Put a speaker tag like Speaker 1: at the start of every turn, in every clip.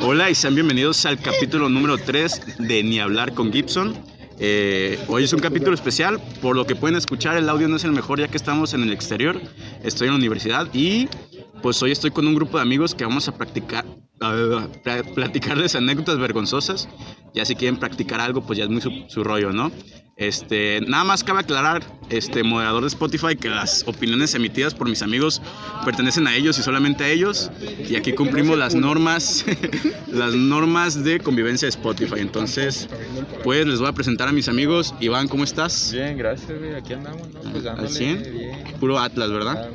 Speaker 1: Hola y sean bienvenidos al capítulo número 3 de Ni hablar con Gibson. Eh, hoy es un capítulo especial, por lo que pueden escuchar, el audio no es el mejor ya que estamos en el exterior. Estoy en la universidad y pues hoy estoy con un grupo de amigos que vamos a practicar a pla- platicarles anécdotas vergonzosas. Ya si quieren practicar algo, pues ya es muy su, su rollo, ¿no? Este, nada más cabe aclarar, este moderador de Spotify, que las opiniones emitidas por mis amigos pertenecen a ellos y solamente a ellos. Y aquí cumplimos las normas, las normas de convivencia de Spotify. Entonces, pues les voy a presentar a mis amigos. Iván, ¿cómo estás?
Speaker 2: Bien, gracias, güey. Aquí andamos, ¿no? Pues
Speaker 1: ¿Al
Speaker 2: dándole
Speaker 1: cien?
Speaker 2: bien.
Speaker 1: Puro Atlas, ¿verdad?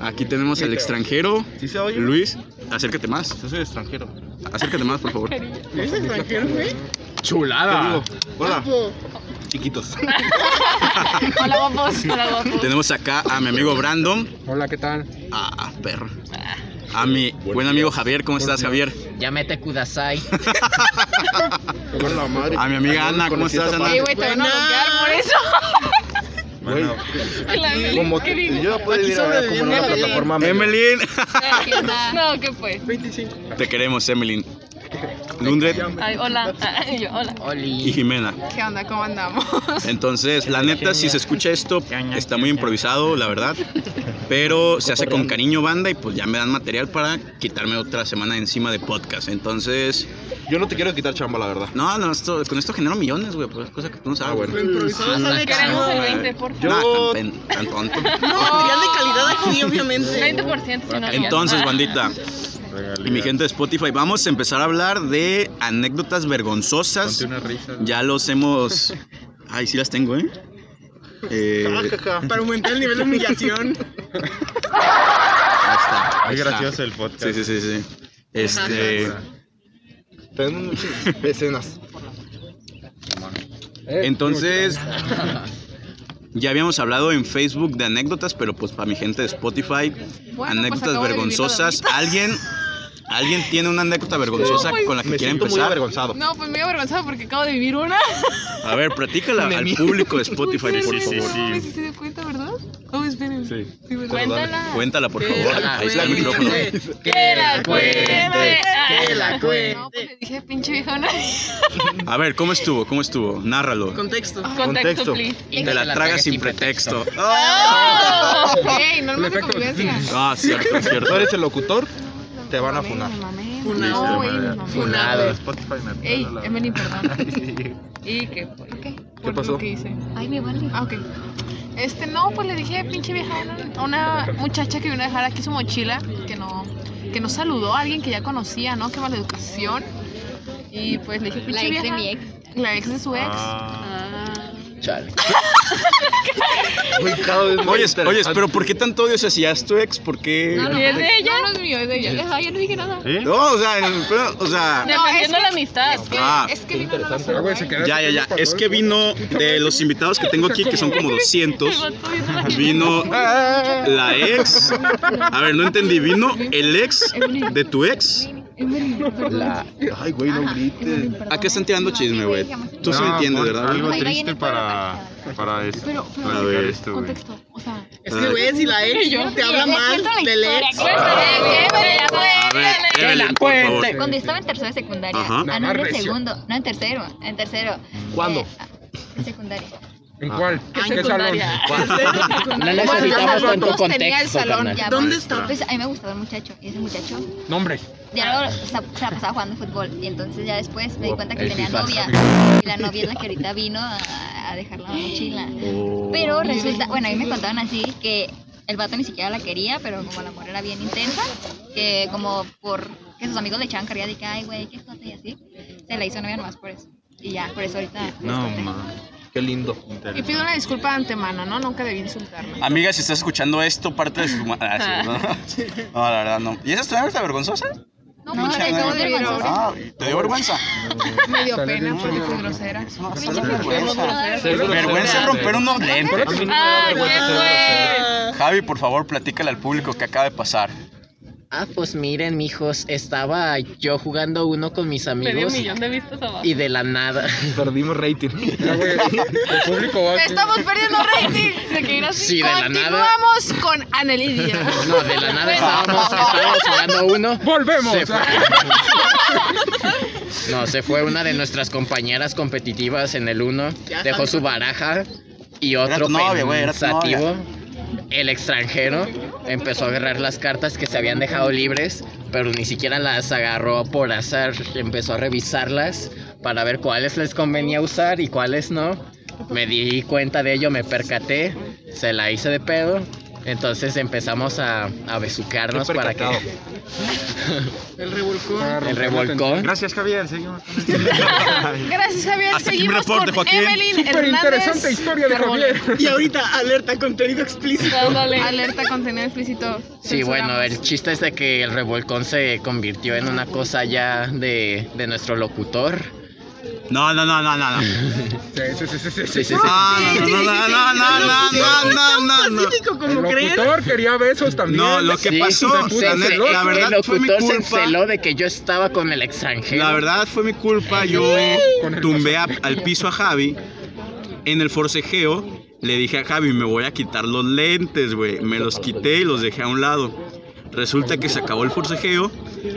Speaker 1: Aquí tenemos al extranjero.
Speaker 2: ¿Sí se oye?
Speaker 1: Luis, acércate más.
Speaker 2: Yo soy extranjero.
Speaker 1: Acércate más, por favor.
Speaker 3: ¿Eres extranjero, güey? Ah,
Speaker 1: Chulada.
Speaker 2: Hola,
Speaker 3: Tipo,
Speaker 2: chiquitos.
Speaker 4: Hola guapos, hola guapos.
Speaker 1: Tenemos acá a mi amigo Brandon.
Speaker 2: Hola, ¿qué tal?
Speaker 1: A, perro. A mi buen amigo Javier. ¿Cómo estás, Javier?
Speaker 5: Llámate Kudasai.
Speaker 3: la madre.
Speaker 1: A mi amiga Ana. ¿Cómo
Speaker 3: Conocí
Speaker 1: estás,
Speaker 3: esa
Speaker 1: Ana?
Speaker 4: Ey, güey, te van a bloquear por eso.
Speaker 3: Güey,
Speaker 4: La Emily,
Speaker 3: como
Speaker 4: ¿qué
Speaker 3: te,
Speaker 4: digo?
Speaker 3: yo puedo ir a ver cómo no la
Speaker 4: Evelyn.
Speaker 3: plataforma me-
Speaker 1: Emeline.
Speaker 4: No, ¿qué fue?
Speaker 1: Te queremos, Emeline. Lundred
Speaker 4: Ay, hola. Ay, yo, hola.
Speaker 1: y
Speaker 5: Oli.
Speaker 1: Jimena.
Speaker 4: ¿Qué onda? ¿Cómo andamos?
Speaker 1: Entonces, la neta, si se escucha esto, está muy improvisado, la verdad. Pero se hace con cariño, banda, y pues ya me dan material para quitarme otra semana encima de podcast. Entonces,
Speaker 2: Yo no te quiero quitar chamba, la verdad.
Speaker 1: no, no, esto, con esto genero millones, güey, pues cosa que tú no sabes,
Speaker 2: Ah, bueno.
Speaker 1: güey.
Speaker 3: Lo improvisado
Speaker 5: Anda,
Speaker 3: sale
Speaker 4: Queremos el
Speaker 3: caro.
Speaker 4: 20, por
Speaker 1: Yo...
Speaker 4: favor.
Speaker 1: No, tan, pen- tan tonto.
Speaker 3: Material de calidad aquí, obviamente.
Speaker 4: 20% si no
Speaker 1: Entonces,
Speaker 4: ya.
Speaker 1: bandita, y mi gente de Spotify, vamos a empezar a hablar de anécdotas vergonzosas.
Speaker 2: Ponte una risa.
Speaker 1: Ya los hemos... Ay, sí las tengo, ¿eh? Eh, ahí
Speaker 3: Jajaja, Para aumentar el nivel de humillación.
Speaker 1: está. ahí
Speaker 2: Muy
Speaker 1: está.
Speaker 2: gracioso el podcast.
Speaker 1: Sí, sí, sí, sí. Este,
Speaker 3: Tenemos muchas escenas.
Speaker 2: eh,
Speaker 1: entonces, ya habíamos hablado en Facebook de anécdotas, pero pues para mi gente de Spotify,
Speaker 4: pues,
Speaker 1: anécdotas
Speaker 4: acabo de
Speaker 1: vergonzosas.
Speaker 4: vivir la
Speaker 1: ¿Alguien, ¿Alguien tiene una anécdota vergonzosa
Speaker 4: pues,
Speaker 1: con la que
Speaker 2: Me
Speaker 1: quiere
Speaker 2: siento muy
Speaker 1: empezar?
Speaker 2: avergonzado.
Speaker 4: No, pues me he avergonzado porque acabo de vivir una.
Speaker 1: A ver, platícala
Speaker 2: Me
Speaker 1: al
Speaker 2: mía.
Speaker 1: público de Spotify,
Speaker 4: Ustedes
Speaker 1: por
Speaker 4: no
Speaker 1: favor.
Speaker 4: mames, si se dio cuenta, ¿verdad? Oh, esperen.
Speaker 2: Sí.
Speaker 4: ¿verdad?
Speaker 2: Cuéntala.
Speaker 1: Cuéntala, por favor.
Speaker 5: la
Speaker 1: Ahí está el
Speaker 5: cuente.
Speaker 1: micrófono.
Speaker 4: Que la cuente.
Speaker 5: que la cuente.
Speaker 4: No, pues le dije pinche viejona.
Speaker 1: A ver, ¿cómo estuvo? ¿Cómo estuvo? Nárralo.
Speaker 3: Contexto.
Speaker 6: Ah,
Speaker 4: Contexto,
Speaker 2: Contexto.
Speaker 4: please.
Speaker 1: Te la tragas sin pretexto.
Speaker 4: ¡Oh! Ey, normas de convivencia.
Speaker 1: Ah, cierto,
Speaker 2: Tú
Speaker 1: cierto.
Speaker 2: eres el locutor, te van a funar.
Speaker 4: Me mamé.
Speaker 3: Funado.
Speaker 4: No, güey, me mamé.
Speaker 5: Funado.
Speaker 2: Spotify me
Speaker 4: Ey,
Speaker 2: pela, la
Speaker 4: Emily, perdón.
Speaker 2: verdad.
Speaker 4: ¿Y qué fue? ¿Qué?
Speaker 2: ¿Qué pasó?
Speaker 4: Lo que hice. Ay, me vale. Ah, ok. Este, no, pues le dije, pinche vieja, a una, una muchacha que vino a dejar aquí su mochila, que no, que no saludó a alguien que ya conocía, ¿no? Qué mala educación. Y pues le dije, pinche
Speaker 7: La ex de
Speaker 4: vieja.
Speaker 7: mi ex.
Speaker 4: La ex de su ex.
Speaker 2: Ah.
Speaker 5: Chale.
Speaker 2: Güey, cada vez más
Speaker 1: Oye, oye,
Speaker 2: interesante.
Speaker 1: pero ¿por qué tanto odio hacia si ya es tu ex? ¿Por qué?
Speaker 4: ¿Y es de ella? No, no es mío, es de ella.
Speaker 7: Ajá, yo no dije nada.
Speaker 1: No, o sea, en el- pero, o sea,
Speaker 4: Defendiendo
Speaker 7: la
Speaker 4: amistad. Es que,
Speaker 1: Ah.
Speaker 4: es que vino a la saludó.
Speaker 1: ya, ya, ya. Es que vino de los invitados que tengo aquí, que son como 200. Vino la ex. A ver, no entendí. Vino el ex de tu ex.
Speaker 5: La...
Speaker 2: Ay, güey, no grites. pues,
Speaker 1: ¿A qué están tirando chisme, güey? Tú sí me entiendes, ¿verdad?
Speaker 6: Algo
Speaker 1: güey?
Speaker 7: Oiga, ya
Speaker 6: triste
Speaker 7: no puedo
Speaker 6: para, para esto.
Speaker 7: Pero, pero,
Speaker 1: A
Speaker 6: para
Speaker 1: ver.
Speaker 6: esto, güey.
Speaker 7: contexto. O sea,
Speaker 3: Es
Speaker 1: Ah.
Speaker 3: que, güey, si la ex te habla mal del ex.
Speaker 1: A ver, Evelyn, por favor.
Speaker 7: cuando yo estaba en tercero de secundaria.
Speaker 1: Ajá.
Speaker 7: Ah, no, era en segundo. No, en tercero. En tercero. ¿Cuándo? en secundaria.
Speaker 2: ¿En cuál?
Speaker 4: secundaria.
Speaker 5: No
Speaker 4: Bueno,
Speaker 5: necesitamos
Speaker 4: los
Speaker 5: tanto
Speaker 4: dos tenía el
Speaker 5: contexto,
Speaker 4: salón,
Speaker 5: carnal.
Speaker 7: Ya,
Speaker 3: ¿Dónde
Speaker 7: pues,
Speaker 3: está?
Speaker 7: Pues a mí me gustaba un muchacho. Y ese muchacho,
Speaker 2: Nombre.
Speaker 7: ya luego se la se la pasaba jugando fútbol. Y entonces ya después me di cuenta que
Speaker 5: El
Speaker 7: tenía
Speaker 5: FIFA.
Speaker 7: novia. Y la novia es la que ahorita vino a, a dejar la mochila.
Speaker 1: Oh.
Speaker 7: Pero resulta, bueno, a mí me contaron así que el vato ni siquiera la quería, pero como el amor era bien intensa, que como por que sus amigos le echaban carrilla de que, ay, güey, qué jota y así, se la hizo novia nomás por eso. Y ya, por eso ahorita. les
Speaker 6: No,
Speaker 7: conté.
Speaker 6: ma.
Speaker 2: Qué lindo.
Speaker 4: Y pido una disculpa de antemano, ¿no? Nunca debí insultarme.
Speaker 1: Amiga, si estás escuchando esto, parte de su... ma- Ah, sí, ¿no? no, la verdad no. ¿Y esa es tu anécdota vergonzosa?
Speaker 4: No,
Speaker 7: No,
Speaker 4: mucho
Speaker 7: no,
Speaker 4: acabo
Speaker 7: no,
Speaker 4: de
Speaker 7: no,
Speaker 4: vivir
Speaker 7: no,
Speaker 4: ahora.
Speaker 1: Ah, ¿te dio vergüenza?
Speaker 4: Me dio pena porque fui grosera.
Speaker 1: No, eso no Pues es vergüenza.
Speaker 2: Pero-
Speaker 1: Vergüenza es romper unos lentes.
Speaker 4: ¡Ah, qué fue!
Speaker 1: Javi, por favor, platícale al público que acaba de pasar.
Speaker 6: Ah, pues miren, mijos, estaba yo jugando uno con mis
Speaker 8: Medio
Speaker 6: amigos
Speaker 8: millón de vistas abajo.
Speaker 6: y de la nada.
Speaker 2: Perdimos rating. Ya, güey, El público va.
Speaker 4: Estamos perdiendo rating. De que ir así.
Speaker 6: Sí, de la nada.
Speaker 4: Continuamos con Anelidia.
Speaker 6: No, de la nada
Speaker 4: oh,
Speaker 6: estábamos, estábamos jugando uno.
Speaker 2: ¡Volvemos!
Speaker 6: Se fue. No, se fue una de nuestras compañeras competitivas en el uno.
Speaker 3: Ya
Speaker 6: Dejó
Speaker 3: sabes.
Speaker 6: su baraja y
Speaker 1: Era
Speaker 6: otro
Speaker 1: tu novia, güey, era tu
Speaker 6: pensativo. El extranjero empezó a agarrar las cartas que se habían dejado libres, pero ni siquiera las agarró por azar. Empezó a revisarlas para ver cuáles les convenía usar y cuáles no. Me di cuenta de ello, me percaté, se la hice de pedo. Entonces empezamos a, a besucarnos
Speaker 2: Estoy
Speaker 6: para que
Speaker 2: percatado.
Speaker 3: El revolcón.
Speaker 1: Ah,
Speaker 6: el revolcón.
Speaker 2: Gracias, Javier. Seguimos.
Speaker 4: Gracias, Javier.
Speaker 1: Hasta aquí mi
Speaker 4: Seguimos
Speaker 1: reporte,
Speaker 4: con
Speaker 1: Joaquín.
Speaker 4: Evelyn
Speaker 2: Súper
Speaker 4: Hernández.
Speaker 2: interesante historia de
Speaker 4: Carbone.
Speaker 2: Javier.
Speaker 3: Y ahorita, alerta, contenido explícito.
Speaker 8: Ándale.
Speaker 4: Alerta contenido explícito.
Speaker 6: Sí, bueno,
Speaker 4: ver
Speaker 6: el chiste es de que el revolcón se convirtió en una cosa ya de, de nuestro locutor.
Speaker 1: No, no, no, no, no. no.
Speaker 2: Sí, sí, sí, sí,
Speaker 6: Sí,
Speaker 2: sí.
Speaker 6: sí, sí.
Speaker 1: Ah, no, no, no, no, no, no, no, no, no, no.
Speaker 3: Pacífico,
Speaker 2: El
Speaker 3: como crees.
Speaker 2: locutor quería besos también.
Speaker 1: No, lo que
Speaker 6: Sí,
Speaker 1: pasó,
Speaker 6: se-
Speaker 1: la,
Speaker 6: se-
Speaker 1: neta, la
Speaker 6: el
Speaker 1: verdad fue mi
Speaker 6: locutor se
Speaker 1: culpa.
Speaker 6: enceló de que yo estaba con el extranjero.
Speaker 1: La verdad fue mi culpa. Yo
Speaker 2: Con el
Speaker 1: tumbé a- al piso a Javi. En el forcejeo le dije a Javi, me voy a quitar los lentes, güey. Me los quité y los dejé a un lado. Resulta que se acabó el forcejeo,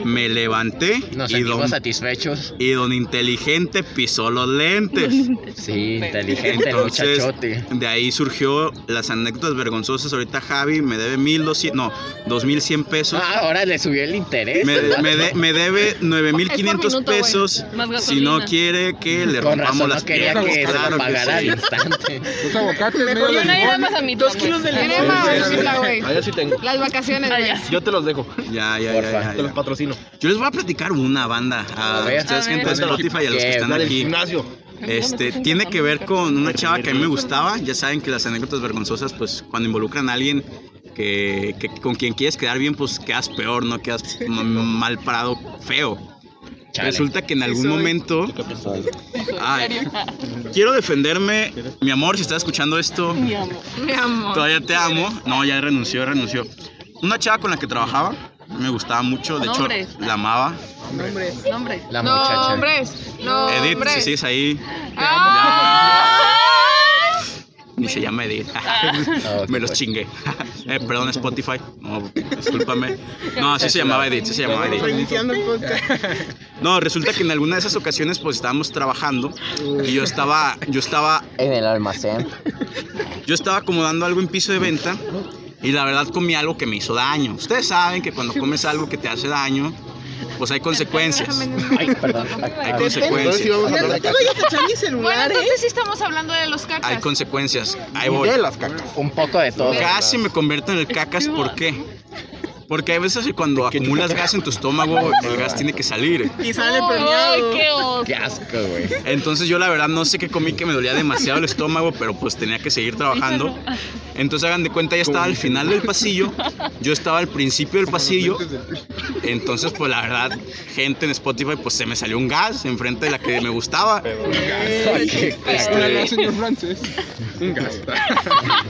Speaker 1: me levanté
Speaker 6: Nos
Speaker 1: y
Speaker 6: sentimos
Speaker 1: don,
Speaker 6: satisfechos.
Speaker 1: y don inteligente pisó los lentes.
Speaker 6: Sí, inteligente el
Speaker 1: Entonces,
Speaker 6: muchachote.
Speaker 1: de ahí surgió las anécdotas vergonzosas. Ahorita Javi me debe 1200, no, 2100 pesos.
Speaker 6: Ah, ahora le subió el interés.
Speaker 1: Me,
Speaker 6: el vato.
Speaker 1: me de- me debe
Speaker 4: Es por
Speaker 1: 9500
Speaker 4: minuto, güey.
Speaker 1: pesos
Speaker 8: Más gasolina.
Speaker 1: si no quiere que le
Speaker 6: Con
Speaker 1: rompamos
Speaker 6: razón
Speaker 1: las
Speaker 6: no quería
Speaker 1: piernas.
Speaker 6: que se
Speaker 1: Claro
Speaker 6: lo
Speaker 1: que
Speaker 6: pagara
Speaker 1: sí.
Speaker 6: al instante.
Speaker 2: Tus aguacates, medio
Speaker 8: Y una ira
Speaker 2: limón.
Speaker 8: más a mi
Speaker 3: Dos kilos de limón.
Speaker 4: Crema
Speaker 2: Sí,
Speaker 4: o
Speaker 2: sí,
Speaker 4: chifla,
Speaker 2: sí.
Speaker 4: güey.
Speaker 2: Allá sí tengo.
Speaker 4: Las vacaciones,
Speaker 6: Ah,
Speaker 4: güey.
Speaker 8: Allá.
Speaker 2: Yo te los dejo.
Speaker 1: Ya, ya, ya,
Speaker 6: Porfa.
Speaker 1: ya,
Speaker 2: Te los
Speaker 1: ya.
Speaker 2: patrocino.
Speaker 1: Yo les voy a platicar una banda a,
Speaker 6: A ver.
Speaker 1: ustedes,
Speaker 8: A
Speaker 1: gente de
Speaker 8: ver.
Speaker 1: Spotify y a los que
Speaker 6: ¿Qué?
Speaker 1: están
Speaker 6: Dale,
Speaker 1: aquí.
Speaker 2: Gimnasio.
Speaker 1: Este, tiene que ver con una chava que a mí me gustaba. Ya saben que las anécdotas vergonzosas, pues cuando involucran a alguien que, que- con quien quieres quedar bien, pues quedas peor, no quedas m- mal parado, feo.
Speaker 6: Chale.
Speaker 1: Resulta que en algún momento. Ay, quiero defenderme, mi amor, si estás escuchando esto,
Speaker 8: Mi amor.
Speaker 4: pues. Mi amor.
Speaker 1: todavía te amo. No, ya renunció, renunció. Una chava con la que trabajaba, me gustaba mucho, de hecho,
Speaker 8: Nombres.
Speaker 1: la amaba.
Speaker 8: Nombre.
Speaker 6: La muchacha.
Speaker 4: Nombres. Nombres.
Speaker 1: Edith, si sigues ahí,
Speaker 4: Ah.
Speaker 1: ni se llama Edith.
Speaker 6: Ah, ok,
Speaker 1: Me los
Speaker 6: pues.
Speaker 1: chingué. Eh, perdón, Spotify. No, discúlpame. No, así se llamaba Edith, sí se llamaba
Speaker 3: Estoy
Speaker 1: Edith.
Speaker 3: iniciando el podcast.
Speaker 1: No, resulta que en alguna de esas ocasiones pues estábamos trabajando y yo estaba, yo estaba,
Speaker 6: En el almacén.
Speaker 1: yo estaba acomodando algo en piso de venta y la verdad comí algo que me hizo daño. Ustedes saben que cuando comes algo que te hace daño, pues hay consecuencias.
Speaker 6: Ay, perdón.
Speaker 1: Hay
Speaker 6: Ah,
Speaker 3: Entonces
Speaker 1: consecuencias.
Speaker 3: Ya no te vayas a echar mi
Speaker 4: Bueno,
Speaker 3: celular, ¿eh?
Speaker 4: entonces sí estamos hablando de los cacas.
Speaker 1: Hay consecuencias. Ahí voy.
Speaker 2: las cacas.
Speaker 6: Un poco de todo.
Speaker 1: Casi me convierto en el cacas, ¿por qué? Porque hay veces que cuando acumulas gas en tu estómago, el gas tiene que salir.
Speaker 3: Y sale
Speaker 8: Ay,
Speaker 3: premiado.
Speaker 8: qué oso.
Speaker 6: Qué asco, güey.
Speaker 1: Entonces yo la verdad no sé qué comí que me dolía demasiado el estómago, pero pues tenía que seguir trabajando. Entonces hagan de cuenta, ya estaba al final del pasillo, yo estaba al principio del pasillo, entonces pues la verdad, gente en Spotify pues se me salió un gas enfrente de la que me gustaba.
Speaker 6: Ay, qué
Speaker 1: Este,
Speaker 2: señor francés. Un gas.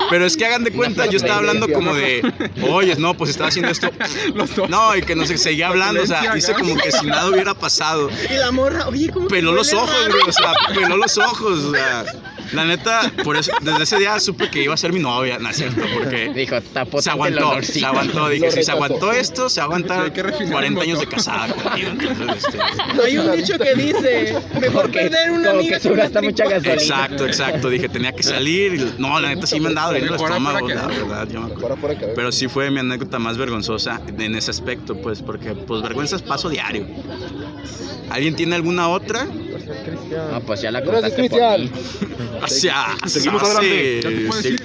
Speaker 1: pero es que hagan de cuenta, yo estaba hablando como de, oye, no, pues estaba haciendo esto.
Speaker 2: Los dos.
Speaker 1: No, y que no sé, seguía hablando, o sea, hice como que si nada hubiera pasado.
Speaker 3: Y la morra, oye, ¿cómo te
Speaker 1: peló los
Speaker 3: huele
Speaker 1: ojos,
Speaker 3: raro?
Speaker 1: güey, o sea, peló los ojos, o sea. La neta, por eso, desde ese día supe que iba a ser mi novia, ¿no es cierto? Porque
Speaker 6: Dijo, tapó
Speaker 1: se aguantó, se aguantó. Dije,
Speaker 2: Lo
Speaker 1: si se
Speaker 2: rechazó.
Speaker 1: aguantó esto, se aguanta
Speaker 2: Hay que refinar
Speaker 1: 40 años
Speaker 2: el
Speaker 1: de
Speaker 2: voto.
Speaker 1: casada contigo. Entonces, este,
Speaker 3: Hay un dicho que dice, mejor perder una
Speaker 6: Como
Speaker 3: amiga
Speaker 6: que
Speaker 3: que una
Speaker 6: gasta
Speaker 3: tripa.
Speaker 6: mucha gasolina.
Speaker 1: Exacto, exacto. Dije, tenía que salir. y- No, la neta sí me andaba doliendo el
Speaker 2: Mejor afuera
Speaker 1: estómago,
Speaker 2: que
Speaker 1: la
Speaker 2: adentro.
Speaker 1: verdad. yo me acuerdo.
Speaker 2: Para fuera que
Speaker 1: Pero sí fue mi anécdota más vergonzosa en ese aspecto, pues, porque, pues, vergüenzas paso diario. ¿Alguien tiene alguna otra?
Speaker 6: No, pues ya la contaste por mí.
Speaker 1: Hacia.
Speaker 2: Seguimos adelante. Ya te puedes ir.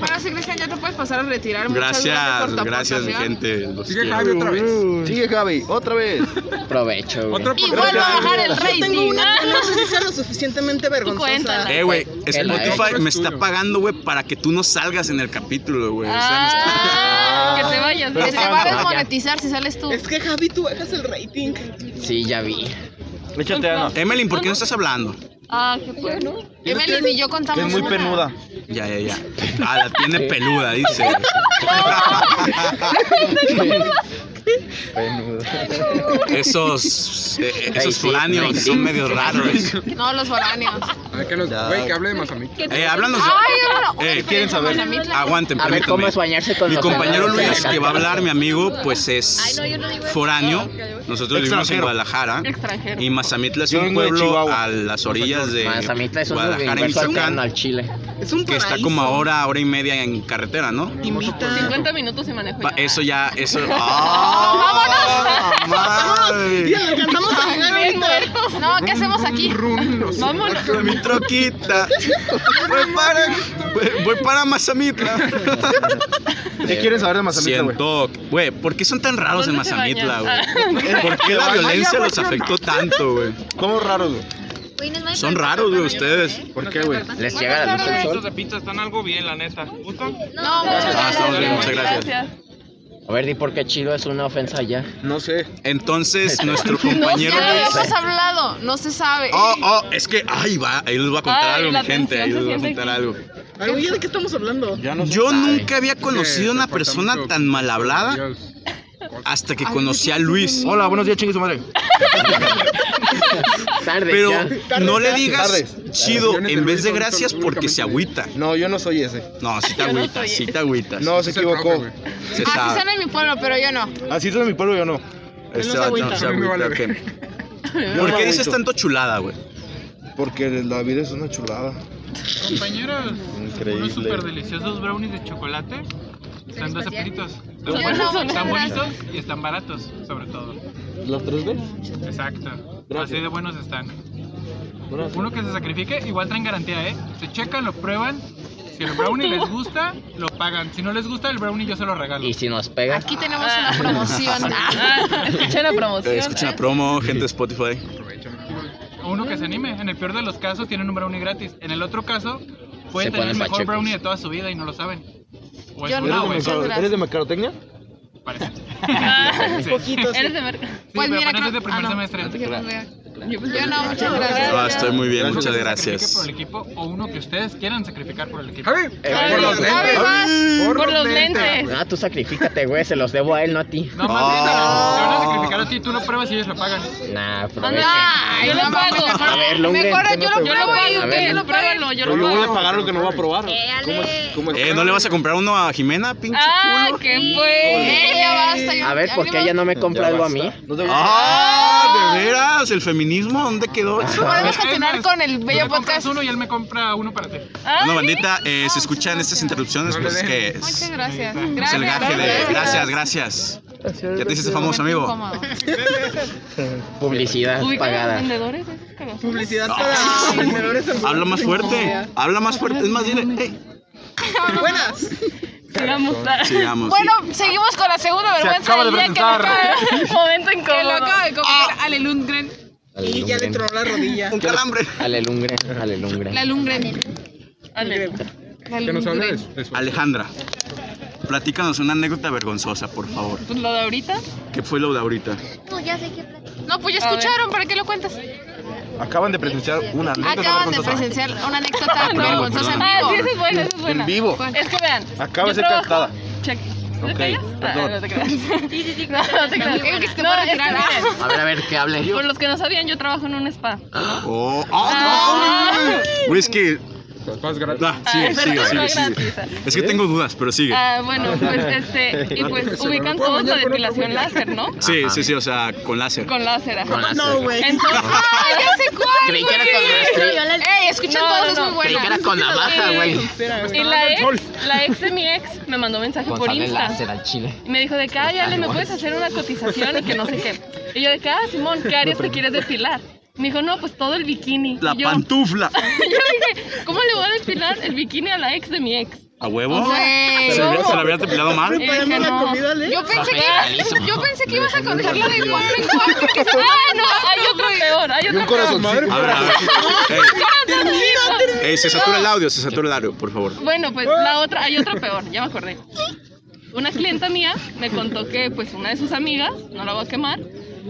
Speaker 4: Ahora sí, Cristian, ya te puedes pasar a retirar. Muchas
Speaker 1: Gracias,
Speaker 4: por tu
Speaker 1: gracias, mi
Speaker 4: aportación.
Speaker 1: gente. Los
Speaker 2: Sigue
Speaker 1: quiero.
Speaker 2: Javi otra vez.
Speaker 5: Sigue Javi, otra vez.
Speaker 6: Provecho, güey.
Speaker 2: Otra
Speaker 4: Igual va a
Speaker 2: oportunidad.
Speaker 4: bajar el
Speaker 3: Yo tengo
Speaker 4: rating. Ah.
Speaker 3: una que no sé si sea lo suficientemente vergonzosa.
Speaker 8: cuéntala.
Speaker 1: Eh, güey,
Speaker 6: El
Speaker 1: Spotify
Speaker 2: like.
Speaker 1: me está pagando, güey, para que tú no salgas en el capítulo, güey. O sea, Pues, me está-
Speaker 8: Ah, que te vayas.
Speaker 4: Que
Speaker 8: Que
Speaker 4: se
Speaker 8: te
Speaker 4: va a
Speaker 8: vayas.
Speaker 4: desmonetizar si sales tú.
Speaker 3: Es que Javi, tú bajas el rating.
Speaker 6: Sí, ya vi.
Speaker 8: Échate, Ana.
Speaker 1: Emeline, ¿por qué no estás hablando?
Speaker 8: Ah, qué bueno.
Speaker 4: Evelyn y yo contamos.
Speaker 5: Es muy
Speaker 4: una.
Speaker 5: penuda.
Speaker 1: Ya, ya, ya. Ah, la tiene peluda, dice.
Speaker 2: Penudo.
Speaker 1: Esos, eh,
Speaker 6: Ahí
Speaker 1: esos
Speaker 6: sí, ahí
Speaker 1: foráneos
Speaker 6: sí.
Speaker 1: son medio raros.
Speaker 4: No, los foráneos.
Speaker 2: Ay, que los, güey, que hable de Mazamita.
Speaker 1: Eh, háblanos.
Speaker 4: Ay, bueno.
Speaker 1: Eh, quieren saber. Aguanten,
Speaker 6: A ver cómo
Speaker 1: permítanme.
Speaker 6: es bañarse con
Speaker 1: Mi
Speaker 6: los
Speaker 1: compañero
Speaker 6: hermanos de la
Speaker 1: Luis, que va a
Speaker 6: calle.
Speaker 1: hablar, mi amigo, pues es foráneo. Nosotros vivimos en
Speaker 5: Extranjero.
Speaker 1: Guadalajara.
Speaker 4: Extranjero.
Speaker 1: Eh, Y Mazamitla es
Speaker 5: Yo
Speaker 1: un
Speaker 5: vengo de
Speaker 1: pueblo
Speaker 5: Chihuahua.
Speaker 1: a las orillas de
Speaker 6: Mazamitla es un
Speaker 1: Guadalajara,
Speaker 6: universo cercano
Speaker 1: Michoacán,
Speaker 6: al Chile.
Speaker 3: Es un
Speaker 1: que
Speaker 3: paraíso.
Speaker 1: está como a hora, hora y media en carretera, ¿no?
Speaker 3: Invita.
Speaker 8: 50 minutos se manejo.
Speaker 1: Pa-
Speaker 8: ya.
Speaker 1: Eso ya, eso. ¡Ah!
Speaker 3: Y
Speaker 1: madre!
Speaker 3: alcanzamos a llegar ahorita.
Speaker 4: No, ¿qué hacemos aquí?
Speaker 8: Vámonos.
Speaker 1: Con mi troquita. Voy para, voy- voy para Mazamitla.
Speaker 5: ¿Qué quieren saber de Mazamitla, güey?
Speaker 1: Siento, güey, ¿por qué son tan raros en
Speaker 8: ¿Dónde se
Speaker 1: Mazamitla, güey?
Speaker 8: bañan?
Speaker 1: ¿Por qué la violencia los afectó tanto, güey?
Speaker 5: ¿Cómo raros, güey?
Speaker 7: Güey, no es mala
Speaker 1: Son
Speaker 7: pregunta,
Speaker 1: raros, güey,
Speaker 7: pero-
Speaker 1: ustedes.
Speaker 5: ¿Por qué, güey?
Speaker 6: Les llega la luz del sol.
Speaker 9: Estos de pizza están algo bien, la neta. ¿Gustan?
Speaker 4: No, muchas
Speaker 1: Ah,
Speaker 4: gracias.
Speaker 1: estamos bien, muchas gracias.
Speaker 6: A ver, di por qué chilo es una ofensa ya.
Speaker 2: No sé.
Speaker 1: Entonces, nuestro
Speaker 4: No,
Speaker 1: compañero
Speaker 4: ya lo
Speaker 1: Luis.
Speaker 4: habíamos hablado. No se sabe.
Speaker 1: Oh, oh, es que, ay, va, ahí les voy a contar
Speaker 8: Ay,
Speaker 1: algo,
Speaker 8: la
Speaker 1: mi gente,
Speaker 8: tensión
Speaker 1: ahí
Speaker 8: se
Speaker 1: les voy a
Speaker 8: siente
Speaker 1: contar
Speaker 8: aquí.
Speaker 1: algo.
Speaker 3: Ay, Oye, ¿de qué estamos hablando?
Speaker 1: Yo
Speaker 6: sabe.
Speaker 1: nunca había conocido a una persona tan mal hablada
Speaker 2: Dios.
Speaker 1: hasta que conocí a Luis.
Speaker 5: Hola, Ah, buenos días, chingue su madre.
Speaker 6: Tarde
Speaker 1: Pero
Speaker 6: ya.
Speaker 1: no le digas
Speaker 5: Tardes.
Speaker 1: chido
Speaker 2: Las
Speaker 1: en vez de
Speaker 2: reuniones de Luis
Speaker 1: gracias
Speaker 2: son
Speaker 1: porque se
Speaker 2: únicamente
Speaker 1: agüita.
Speaker 5: No, yo no soy ese.
Speaker 1: No, sí te agüitas, sí te agüitas.
Speaker 5: No, se
Speaker 2: Ese profe,
Speaker 5: equivocó.
Speaker 2: güey.
Speaker 1: se
Speaker 4: Así
Speaker 1: sabe.
Speaker 4: Ah, son en mi pueblo, pero yo no.
Speaker 5: Así soy mi pueblo, yo no.
Speaker 1: Este
Speaker 3: se
Speaker 1: vato
Speaker 3: agüita.
Speaker 1: no se
Speaker 2: A mí me
Speaker 1: agüita,
Speaker 2: vale
Speaker 1: ok. ¿Por
Speaker 5: no
Speaker 1: qué
Speaker 5: agüito.
Speaker 1: dices tanto chulada, güey?
Speaker 5: Porque la vida es una chulada.
Speaker 9: Compañeros,
Speaker 5: Increíble.
Speaker 9: unos súper deliciosos brownies de chocolate. Están 12 pelitos. Están
Speaker 4: Yo
Speaker 9: buenos,
Speaker 4: no, muchas
Speaker 9: están
Speaker 4: gracias.
Speaker 9: bonitos y están baratos, sobre todo.
Speaker 5: ¿Los tres veces?
Speaker 9: Exacto.
Speaker 5: Gracias.
Speaker 9: Así de buenos están. Uno que se sacrifique, igual traen garantía, ¿eh? Se checan, lo prueban. Si el brownie les gusta, lo pagan. Si no les gusta, el brownie yo se lo regalo.
Speaker 6: Y si nos pega.
Speaker 4: Aquí tenemos
Speaker 8: Ah.
Speaker 4: una promoción.
Speaker 8: Ah, escuché la promoción.
Speaker 1: Eh, Escucha la promo, gente de Spotify.
Speaker 9: O uno que se anime. En el peor de los casos tienen un brownie gratis. En el otro caso,
Speaker 6: Se ponen
Speaker 9: pueden tener el mejor
Speaker 6: pachecos.
Speaker 9: brownie de toda su vida y no lo saben. O es
Speaker 4: Yo
Speaker 9: una
Speaker 4: no,
Speaker 9: o es
Speaker 4: muchas gracias.
Speaker 5: ¿Eres de mercadotecnia?
Speaker 9: otra, parece.
Speaker 8: Ah,
Speaker 9: Sí.
Speaker 3: Poquitos.
Speaker 8: Eres de mercado.
Speaker 9: Sí,
Speaker 4: Pues
Speaker 9: pero
Speaker 4: mira, creo-
Speaker 9: apenas es de primer
Speaker 4: ah, no.
Speaker 9: semestre.
Speaker 4: Yo no, muchas gracias.
Speaker 1: Ah, estoy muy bien,
Speaker 5: Gracias.
Speaker 1: muchas
Speaker 9: Que se sacrifique por
Speaker 1: gracias.
Speaker 9: el equipo o uno que ustedes quieran sacrificar por el equipo.
Speaker 2: Javi,
Speaker 6: Javi,
Speaker 2: Eh, por los
Speaker 4: Javi,
Speaker 2: lentes.
Speaker 4: vas.
Speaker 8: Por los lentes.
Speaker 6: No, Ah, tú sacrificate, güey. Se los debo a él, no a ti.
Speaker 9: No, más bien, te
Speaker 1: Ah.
Speaker 9: van a sacrificar a ti, tú lo pruebas y ellos lo pagan.
Speaker 6: Nah, pero es
Speaker 4: Ay,
Speaker 8: Yo lo
Speaker 4: no mames,
Speaker 8: pago.
Speaker 4: mejor-
Speaker 6: A ver, Lundgren,
Speaker 4: Mejor
Speaker 6: ¿qué
Speaker 4: yo
Speaker 6: no
Speaker 4: lo
Speaker 6: te-
Speaker 4: pruebo y
Speaker 6: A ver,
Speaker 4: ustedes lo paguen.
Speaker 8: Pruébalo, yo
Speaker 5: Pero
Speaker 8: lo
Speaker 5: yo voy
Speaker 8: pago.
Speaker 5: a pagar lo que no voy a probar.
Speaker 7: Eh, Ale.
Speaker 5: ¿Cómo es? ¿Cómo es?
Speaker 1: Eh, ¿no le vas a comprar uno a Jimena, pinche
Speaker 8: Ah,
Speaker 1: culo?
Speaker 8: qué
Speaker 4: Eh,
Speaker 8: bueno.
Speaker 4: ya basta, yo-
Speaker 6: que- A ver,
Speaker 4: ya
Speaker 6: ¿por qué
Speaker 4: ni
Speaker 6: ella
Speaker 4: modo.
Speaker 6: no me compra
Speaker 5: Ya
Speaker 6: algo a mí?
Speaker 5: basta. No te voy
Speaker 1: ¡Ah! ¿De veras? ¿El feminismo? ¿Dónde quedó eso?
Speaker 4: Podemos
Speaker 9: Ah.
Speaker 4: continuar con el
Speaker 9: Tú
Speaker 4: bello
Speaker 9: me compras
Speaker 4: podcast.
Speaker 9: uno y él me compra uno para ti.
Speaker 8: Ah,
Speaker 1: Bueno,
Speaker 8: ¿sí?
Speaker 1: bandita, eh, se escuchan estas interrupciones, pues es que
Speaker 4: Muchas
Speaker 1: es,
Speaker 4: gracias.
Speaker 1: es
Speaker 4: Gracias.
Speaker 1: el gaje de...
Speaker 4: gracias.
Speaker 1: Gracias, gracias. Ya te hiciste famoso, amigo.
Speaker 4: Momento incómodo.
Speaker 6: Publicidad
Speaker 8: Ubican a los
Speaker 6: pagada.
Speaker 8: vendedores esos que los-
Speaker 3: Publicidad para emprendedores en
Speaker 1: Habla más fuerte, habla más fuerte. Es más, dile, hey,
Speaker 3: Buenas.
Speaker 8: Digamos, ah,
Speaker 1: sigamos.
Speaker 4: Bueno, seguimos con la segunda vergüenza
Speaker 5: acaba
Speaker 4: del
Speaker 5: de
Speaker 4: día que lo acaba,
Speaker 8: Momento
Speaker 4: que lo
Speaker 8: incómodo. Ah.
Speaker 4: acaba de comer Ale Lundgren.
Speaker 3: Y ya le tronó la rodilla.
Speaker 1: Un calambre.
Speaker 6: Alelungre, alelungre.
Speaker 4: La Lundgren.
Speaker 8: Ale.
Speaker 4: La
Speaker 2: Que nos hable de
Speaker 4: Lundgren.
Speaker 2: su- de su-
Speaker 1: Alejandra, platícanos una anécdota vergonzosa, por favor.
Speaker 8: Pues lo de ahorita.
Speaker 1: ¿Qué fue lo de ahorita?
Speaker 7: No, ya sé qué platico.
Speaker 4: No, pues ya
Speaker 8: A ver.
Speaker 4: escucharon, ¿para qué lo cuentas?
Speaker 5: a- Acaban de presenciar una anécdota
Speaker 4: Acaban de
Speaker 5: vergonzosa.
Speaker 4: presenciar una anécdota vergonzosa en
Speaker 8: Ah, sí,
Speaker 4: vivo.
Speaker 8: esa es buena, esa es buena.
Speaker 5: En vivo.
Speaker 8: Es que vean.
Speaker 5: Acaba de
Speaker 8: yo
Speaker 5: ser
Speaker 8: trabajo-
Speaker 5: captada.
Speaker 8: Check. ¿No
Speaker 5: Ok,
Speaker 8: callas? Ah,
Speaker 5: perdón.
Speaker 8: no te creas. Sí, sí, sí. No, no te creas.
Speaker 4: Creo que te
Speaker 8: No,
Speaker 4: puedo
Speaker 8: es que
Speaker 4: retirar.
Speaker 8: vean,
Speaker 6: A ver, a ver, que hable.
Speaker 8: Por los que no sabían, yo trabajo en un spa.
Speaker 1: Oh, oh,
Speaker 8: Ah.
Speaker 1: no. Güey, es que
Speaker 2: Vas gratis.
Speaker 1: Ah, sigue,
Speaker 8: Ah,
Speaker 1: sigue,
Speaker 8: es
Speaker 1: sigue,
Speaker 8: verdad,
Speaker 1: sigue.
Speaker 8: gratis.
Speaker 1: Es que tengo dudas, pero sigue.
Speaker 8: Ah, bueno, pues este. Y pues ubican todos la depilación láser, ¿no?
Speaker 1: Sí,
Speaker 6: Ajá.
Speaker 1: sí, sí, o sea, con láser.
Speaker 8: Con láser. ajá.
Speaker 6: Con láser.
Speaker 3: No, güey.
Speaker 8: Entonces.
Speaker 4: ¡Ah, ya sé cuál!
Speaker 6: Creí que era con rastrillo.
Speaker 4: ¡Ey, escuchen
Speaker 8: No,
Speaker 4: todos,
Speaker 8: no,
Speaker 4: es
Speaker 8: no.
Speaker 4: muy
Speaker 6: Creí que
Speaker 4: buena!
Speaker 6: era con navaja, güey.
Speaker 8: Y la ex, la ex de mi ex me mandó mensaje por
Speaker 6: González
Speaker 8: Insta.
Speaker 6: láser al chile.
Speaker 8: Y me dijo de que, ay, Ale, ¿me puedes hacer una cotización? Y que no sé qué. Y yo de que, ah, Simón, ¿qué áreas te quieres depilar? Me dijo, no, pues todo el bikini.
Speaker 1: La
Speaker 8: y yo,
Speaker 1: pantufla.
Speaker 8: yo dije, ¿cómo le voy a depilar el bikini a la ex de mi ex?
Speaker 1: ¿A huevo?
Speaker 4: Güey.
Speaker 1: ¿Se la- se la había depilado mal?
Speaker 3: Preparando
Speaker 8: Dije,
Speaker 3: la
Speaker 8: no.
Speaker 3: comida, Ale.
Speaker 4: Yo pensé que ibas, yo pensé que ibas a contarla de cuatro en cuatro. que se-
Speaker 8: Ah, no, hay otro peor, hay
Speaker 5: Y
Speaker 8: otro
Speaker 5: un corazón.
Speaker 1: A ver, a ver.
Speaker 8: peor.
Speaker 1: Ey, ey, se satura el audio, se satura el audio, por favor.
Speaker 8: Bueno, pues la otra, hay otra peor, ya me acordé. Una clienta mía me contó que pues una de sus amigas, no la voy a quemar,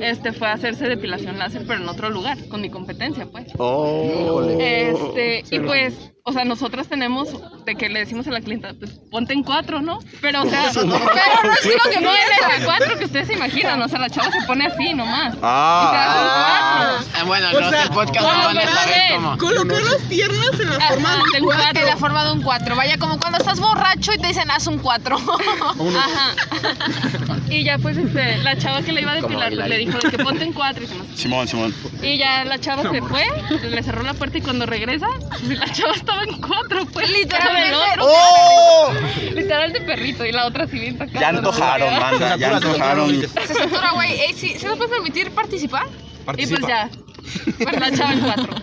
Speaker 8: este fue a hacerse depilación láser, pero en otro lugar, con mi competencia, pues.
Speaker 1: Oh,
Speaker 8: Este, y pues, O sea, nosotros tenemos de que le decimos a la clienta, pues ponte en cuatro, ¿no? Pero, o sea, pero no es lo que ponen en cuatro que ustedes se imaginan. O sea, la chava se pone así nomás.
Speaker 5: Ah,
Speaker 8: O
Speaker 6: Ah, bueno,
Speaker 3: O
Speaker 6: los
Speaker 3: sea,
Speaker 6: del podcast
Speaker 8: bueno,
Speaker 6: no van a
Speaker 8: pero a
Speaker 6: saber
Speaker 8: ver,
Speaker 6: cómo.
Speaker 3: Colocar las piernas en la
Speaker 4: Ah,
Speaker 3: forma
Speaker 8: ah,
Speaker 3: de
Speaker 8: tengo
Speaker 3: un
Speaker 4: De la
Speaker 3: cuatro.
Speaker 4: forma de un 4. Vaya, como cuando estás borracho y te dicen haz un 4.
Speaker 8: Ajá. Y ya pues este, la chava que le iba a
Speaker 6: Como
Speaker 8: depilar pues,
Speaker 6: bailar.
Speaker 8: le dijo de que ponte en cuatro y se nos-
Speaker 1: Simón, Simón.
Speaker 8: Y ya la chava se fue, le cerró la puerta y cuando regresa, pues, la chava estaba en cuatro, pues
Speaker 4: Literalmente.
Speaker 8: estaba del otro,
Speaker 5: ¡Oh!
Speaker 8: literal de perrito y la otra así bien sacada.
Speaker 1: Ya
Speaker 8: ¿no?
Speaker 1: antojaron, manda, ya antojaron.
Speaker 4: Se satura, güey. Ey, ¿sí, ¿Se nos puede permitir participar?
Speaker 8: Y pues ya. Pues la chava en cuatro.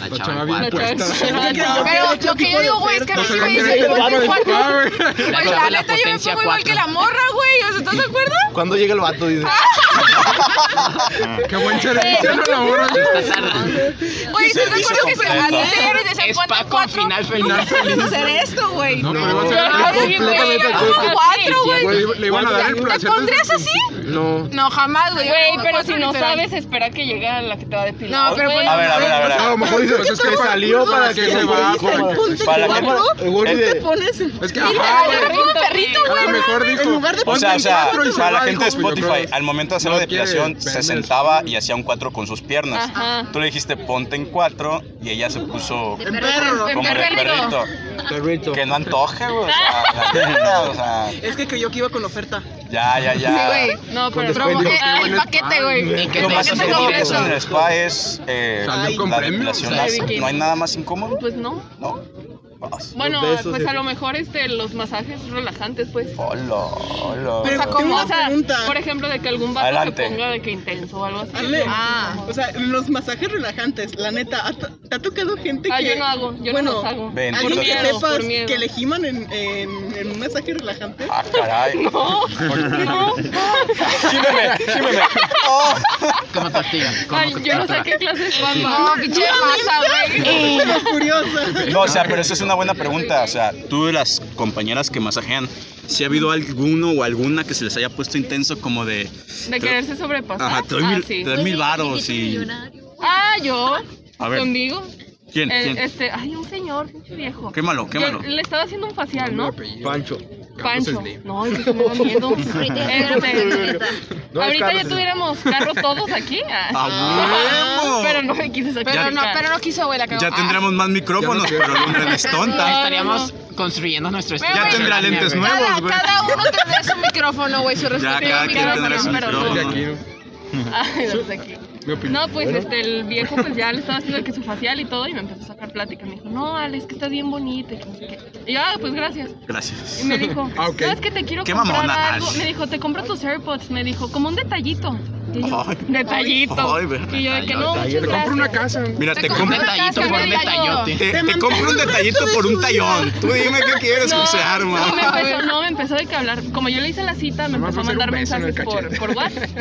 Speaker 6: La
Speaker 2: La
Speaker 6: chava
Speaker 2: chava
Speaker 6: en
Speaker 2: bien
Speaker 6: cuatro.
Speaker 2: puesta.
Speaker 8: La chava-
Speaker 4: Pero lo que yo digo, güey, es que a mí sí me dicen
Speaker 2: Ah,
Speaker 4: ponte en 4. Pues
Speaker 6: La-
Speaker 4: la
Speaker 6: la
Speaker 4: neta yo me
Speaker 6: potencia
Speaker 4: pongo igual
Speaker 6: cuatro.
Speaker 4: que la morra, güey. O sea, ¿estás de acuerdo?
Speaker 5: ¿Cuándo llega el vato? Dice.
Speaker 1: Ah.
Speaker 2: Qué buen servicio, no la hora.
Speaker 4: Güey, ¿estás de acuerdo que se
Speaker 1: completo.
Speaker 4: a los señores decían
Speaker 6: Es
Speaker 4: cuánto
Speaker 6: Paco,
Speaker 4: cuatro?
Speaker 6: final feliz.
Speaker 4: Nunca vamos a hacer esto, güey.
Speaker 2: No, pero
Speaker 5: No.
Speaker 2: iba a ser
Speaker 4: Ah,
Speaker 2: algo
Speaker 4: sí, güey,
Speaker 2: completamente
Speaker 4: yo
Speaker 2: opuesto.
Speaker 4: como cuatro, güey.
Speaker 2: Güey, Le iban a dar el
Speaker 4: ¿Te
Speaker 2: placer. de-
Speaker 4: pondrías así?
Speaker 5: No.
Speaker 4: No, jamás, güey. Yo
Speaker 8: Güey,
Speaker 4: como
Speaker 8: pero
Speaker 4: cuatro
Speaker 8: si no
Speaker 4: literal.
Speaker 8: sabes, espera que llegue a la que te va a depilar.
Speaker 4: No, pero
Speaker 8: güey.
Speaker 4: pues-
Speaker 1: A ver, a ver, a ver.
Speaker 2: A
Speaker 1: a
Speaker 2: lo
Speaker 1: ver.
Speaker 2: mejor dices, es que salió para que se va.
Speaker 5: güey.
Speaker 3: Ponte
Speaker 1: Para
Speaker 3: en
Speaker 1: la
Speaker 3: cuatro.
Speaker 5: El
Speaker 1: cámara.
Speaker 2: este
Speaker 5: güey
Speaker 3: Te
Speaker 5: dice.
Speaker 3: pones en
Speaker 2: Es que,
Speaker 4: Literal,
Speaker 8: Ah,
Speaker 2: ajá,
Speaker 4: yo me
Speaker 2: güey.
Speaker 4: pongo perrito,
Speaker 2: A
Speaker 4: güey.
Speaker 2: lo mejor dijo.
Speaker 3: En lugar de
Speaker 2: ponte
Speaker 1: O sea,
Speaker 2: en
Speaker 1: o sea,
Speaker 2: cuatro y se
Speaker 1: para la
Speaker 2: va,
Speaker 1: gente de
Speaker 2: dijo, pues, yo
Speaker 1: Spotify,
Speaker 2: creo-
Speaker 1: al momento de hacer la
Speaker 2: no quiere
Speaker 1: depilación, se
Speaker 2: vender.
Speaker 1: sentaba y hacía un cuatro con sus piernas.
Speaker 8: Ajá.
Speaker 1: Tú le dijiste ponte en cuatro y ella se puso
Speaker 7: Em,
Speaker 3: En perro.
Speaker 8: En
Speaker 1: como de
Speaker 8: perrito.
Speaker 1: perrito.
Speaker 5: Perrito.
Speaker 1: Que no antoje, güey. O sea, la neta, o sea,
Speaker 3: Es que creyó que iba con oferta.
Speaker 1: ya, ya,
Speaker 4: Sí,
Speaker 1: ya.
Speaker 4: güey.
Speaker 8: No, pero Ah,
Speaker 4: Pero
Speaker 2: Dijo,
Speaker 4: eh,
Speaker 2: qué
Speaker 4: el
Speaker 2: buen
Speaker 4: paquete,
Speaker 2: spa,
Speaker 4: güey.
Speaker 2: güey.
Speaker 6: Y que
Speaker 1: Lo
Speaker 6: te
Speaker 1: más
Speaker 4: ¿Qué te
Speaker 1: efectivo que es
Speaker 4: compras?
Speaker 1: en el spa es eh,
Speaker 2: Salió con
Speaker 1: la
Speaker 2: premio.
Speaker 1: depilación.
Speaker 8: Sale
Speaker 1: láser.
Speaker 8: bikini.
Speaker 1: No hay nada más incómodo,
Speaker 8: Pues no.
Speaker 1: ¿no? Vas.
Speaker 8: Bueno,
Speaker 5: Los besos,
Speaker 8: pues
Speaker 5: sí.
Speaker 8: a lo mejor este, los masajes relajantes, pues.
Speaker 1: Hola, hola.
Speaker 3: Pero
Speaker 4: sea,
Speaker 3: tengo
Speaker 4: ¿cómo?
Speaker 8: O
Speaker 3: una
Speaker 8: sea,
Speaker 3: pregunta.
Speaker 8: por ejemplo, de que algún vato
Speaker 1: Adelante.
Speaker 8: se ponga de que intenso o algo así.
Speaker 3: Ale,
Speaker 4: Ah.
Speaker 3: o sea, los masajes relajantes, la neta, ¿ha to- ¿te ha tocado gente
Speaker 8: Ah,
Speaker 3: que...
Speaker 8: yo no hago, yo
Speaker 3: bueno,
Speaker 8: no los hago.
Speaker 1: Ven,
Speaker 8: por
Speaker 3: Alguien que
Speaker 8: miedo,
Speaker 3: sepas
Speaker 8: por miedo.
Speaker 3: que le giman en, en, en un masaje relajante.
Speaker 1: Ah, caray.
Speaker 8: No, no.
Speaker 1: Gímeme, gímeme. Oh.
Speaker 6: Como tortilla. como
Speaker 8: Ay, yo no sé
Speaker 6: tortilla.
Speaker 8: qué clase es
Speaker 4: No,
Speaker 8: cuando.
Speaker 4: pinche masa, güey.
Speaker 3: Estoy curiosa.
Speaker 1: No, o sea, pero eso es una buena pregunta. O sea, tú de las compañeras que masajean, si ha habido alguno o alguna que se les haya puesto intenso como de.
Speaker 8: De quererse sobrepasar.
Speaker 1: Ajá, tres
Speaker 8: ah,
Speaker 1: mil,
Speaker 8: sí.
Speaker 1: tres mil varos y.
Speaker 8: Ah, yo.
Speaker 1: A ver.
Speaker 8: Conmigo.
Speaker 1: ¿Quién?
Speaker 8: Eh,
Speaker 1: ¿Quién?
Speaker 8: Este, ay, un señor, pinche viejo.
Speaker 1: Quémalo,
Speaker 8: Yo
Speaker 1: quémalo.
Speaker 8: le estaba haciendo un facial, ¿no?
Speaker 5: Pancho.
Speaker 8: Pancho. No, es que me da miedo. Este,
Speaker 5: No, es
Speaker 8: ahorita
Speaker 5: Carlos,
Speaker 8: ya
Speaker 5: es-
Speaker 8: tuviéramos carro todos aquí. ah.
Speaker 1: ¡A huevo!
Speaker 8: Pero no me quise sacar.
Speaker 4: Pero
Speaker 8: mi
Speaker 4: no,
Speaker 8: cara.
Speaker 4: pero no quiso, güey, la cagó.
Speaker 1: Ya
Speaker 4: Ah.
Speaker 1: tendremos más micrófonos,
Speaker 2: Ya no
Speaker 1: pero el hombre es tonta.
Speaker 6: Estaríamos construyendo nuestro
Speaker 4: Ya
Speaker 6: estilo de
Speaker 1: tendrá
Speaker 6: Batman,
Speaker 1: lentes
Speaker 6: güey.
Speaker 1: nuevos.
Speaker 4: Cada,
Speaker 1: güey.
Speaker 4: cada uno tendrá su micrófono, güey, su
Speaker 1: Ya
Speaker 4: respectivo
Speaker 1: cada quien
Speaker 4: micrófono.
Speaker 1: tendrá su
Speaker 4: pero-
Speaker 2: Los de aquí,
Speaker 1: micrófono.
Speaker 8: Ay, los de aquí.
Speaker 2: mi opinión.
Speaker 8: No, pues este, el viejo pues ya le estaba haciendo el que su facial y todo y me empezó a sacar plática. Me dijo, no, Ale, es que estás bien bonita y que no sé qué. Y yo, ah, pues gracias.
Speaker 1: Gracias.
Speaker 8: Y me dijo,
Speaker 2: Ah, ok.
Speaker 8: ¿sabes que te quiero
Speaker 1: Qué
Speaker 8: comprar
Speaker 1: mamona,
Speaker 8: algo?
Speaker 1: Ash.
Speaker 8: Me dijo, te compro tus AirPods. Me dijo, como un detallito. Y yo,
Speaker 1: Ay.
Speaker 8: detallito.
Speaker 1: Ay, güey.
Speaker 8: y yo, de que no, muchas
Speaker 2: Te compro una
Speaker 8: gracias.
Speaker 2: casa.
Speaker 1: Mira,
Speaker 4: Te
Speaker 1: te
Speaker 4: compro
Speaker 1: compro,
Speaker 4: una
Speaker 6: Detallito
Speaker 4: casa,
Speaker 6: por
Speaker 4: güey,
Speaker 6: detallote.
Speaker 1: te, te
Speaker 3: Te
Speaker 1: compro un
Speaker 3: mandamos
Speaker 1: detallito
Speaker 3: fotos
Speaker 1: por
Speaker 3: de
Speaker 1: un
Speaker 3: tu
Speaker 1: tallón.
Speaker 3: vida.
Speaker 1: Tú dime qué quieres usar,
Speaker 8: no,
Speaker 1: ma.
Speaker 8: me empezó, no, me empezó de que hablar. Como yo le hice la cita, me
Speaker 2: Nomás
Speaker 8: empezó
Speaker 2: va
Speaker 8: a
Speaker 2: a ser
Speaker 8: mandar
Speaker 2: un beso en
Speaker 8: mensajes
Speaker 2: el
Speaker 8: por,
Speaker 2: cachete.
Speaker 8: por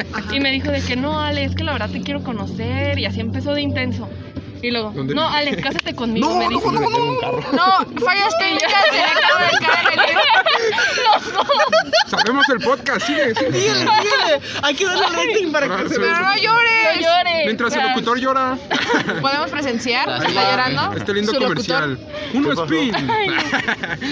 Speaker 8: WhatsApp. Y me dijo de que no, Ale, es que la verdad te quiero conocer. Y así empezó de intenso. Y luego,
Speaker 2: ¿Dónde
Speaker 8: no,
Speaker 2: vive?
Speaker 8: Ale, cásate conmigo. me dijo.
Speaker 4: No, fallas técnicas directo del cara.
Speaker 2: Sabemos el podcast, sigue. sigue.
Speaker 3: Síguele, síguele. Hay que darle rating para que se
Speaker 4: Pero no llores.
Speaker 8: No llores.
Speaker 2: Mientras el
Speaker 8: Ah,
Speaker 2: locutor llora,
Speaker 4: Podemos presenciar.
Speaker 6: Así
Speaker 4: Está
Speaker 6: es.
Speaker 4: llorando.
Speaker 2: este lindo
Speaker 4: Su
Speaker 2: comercial.
Speaker 4: locutor.
Speaker 2: Uno spin.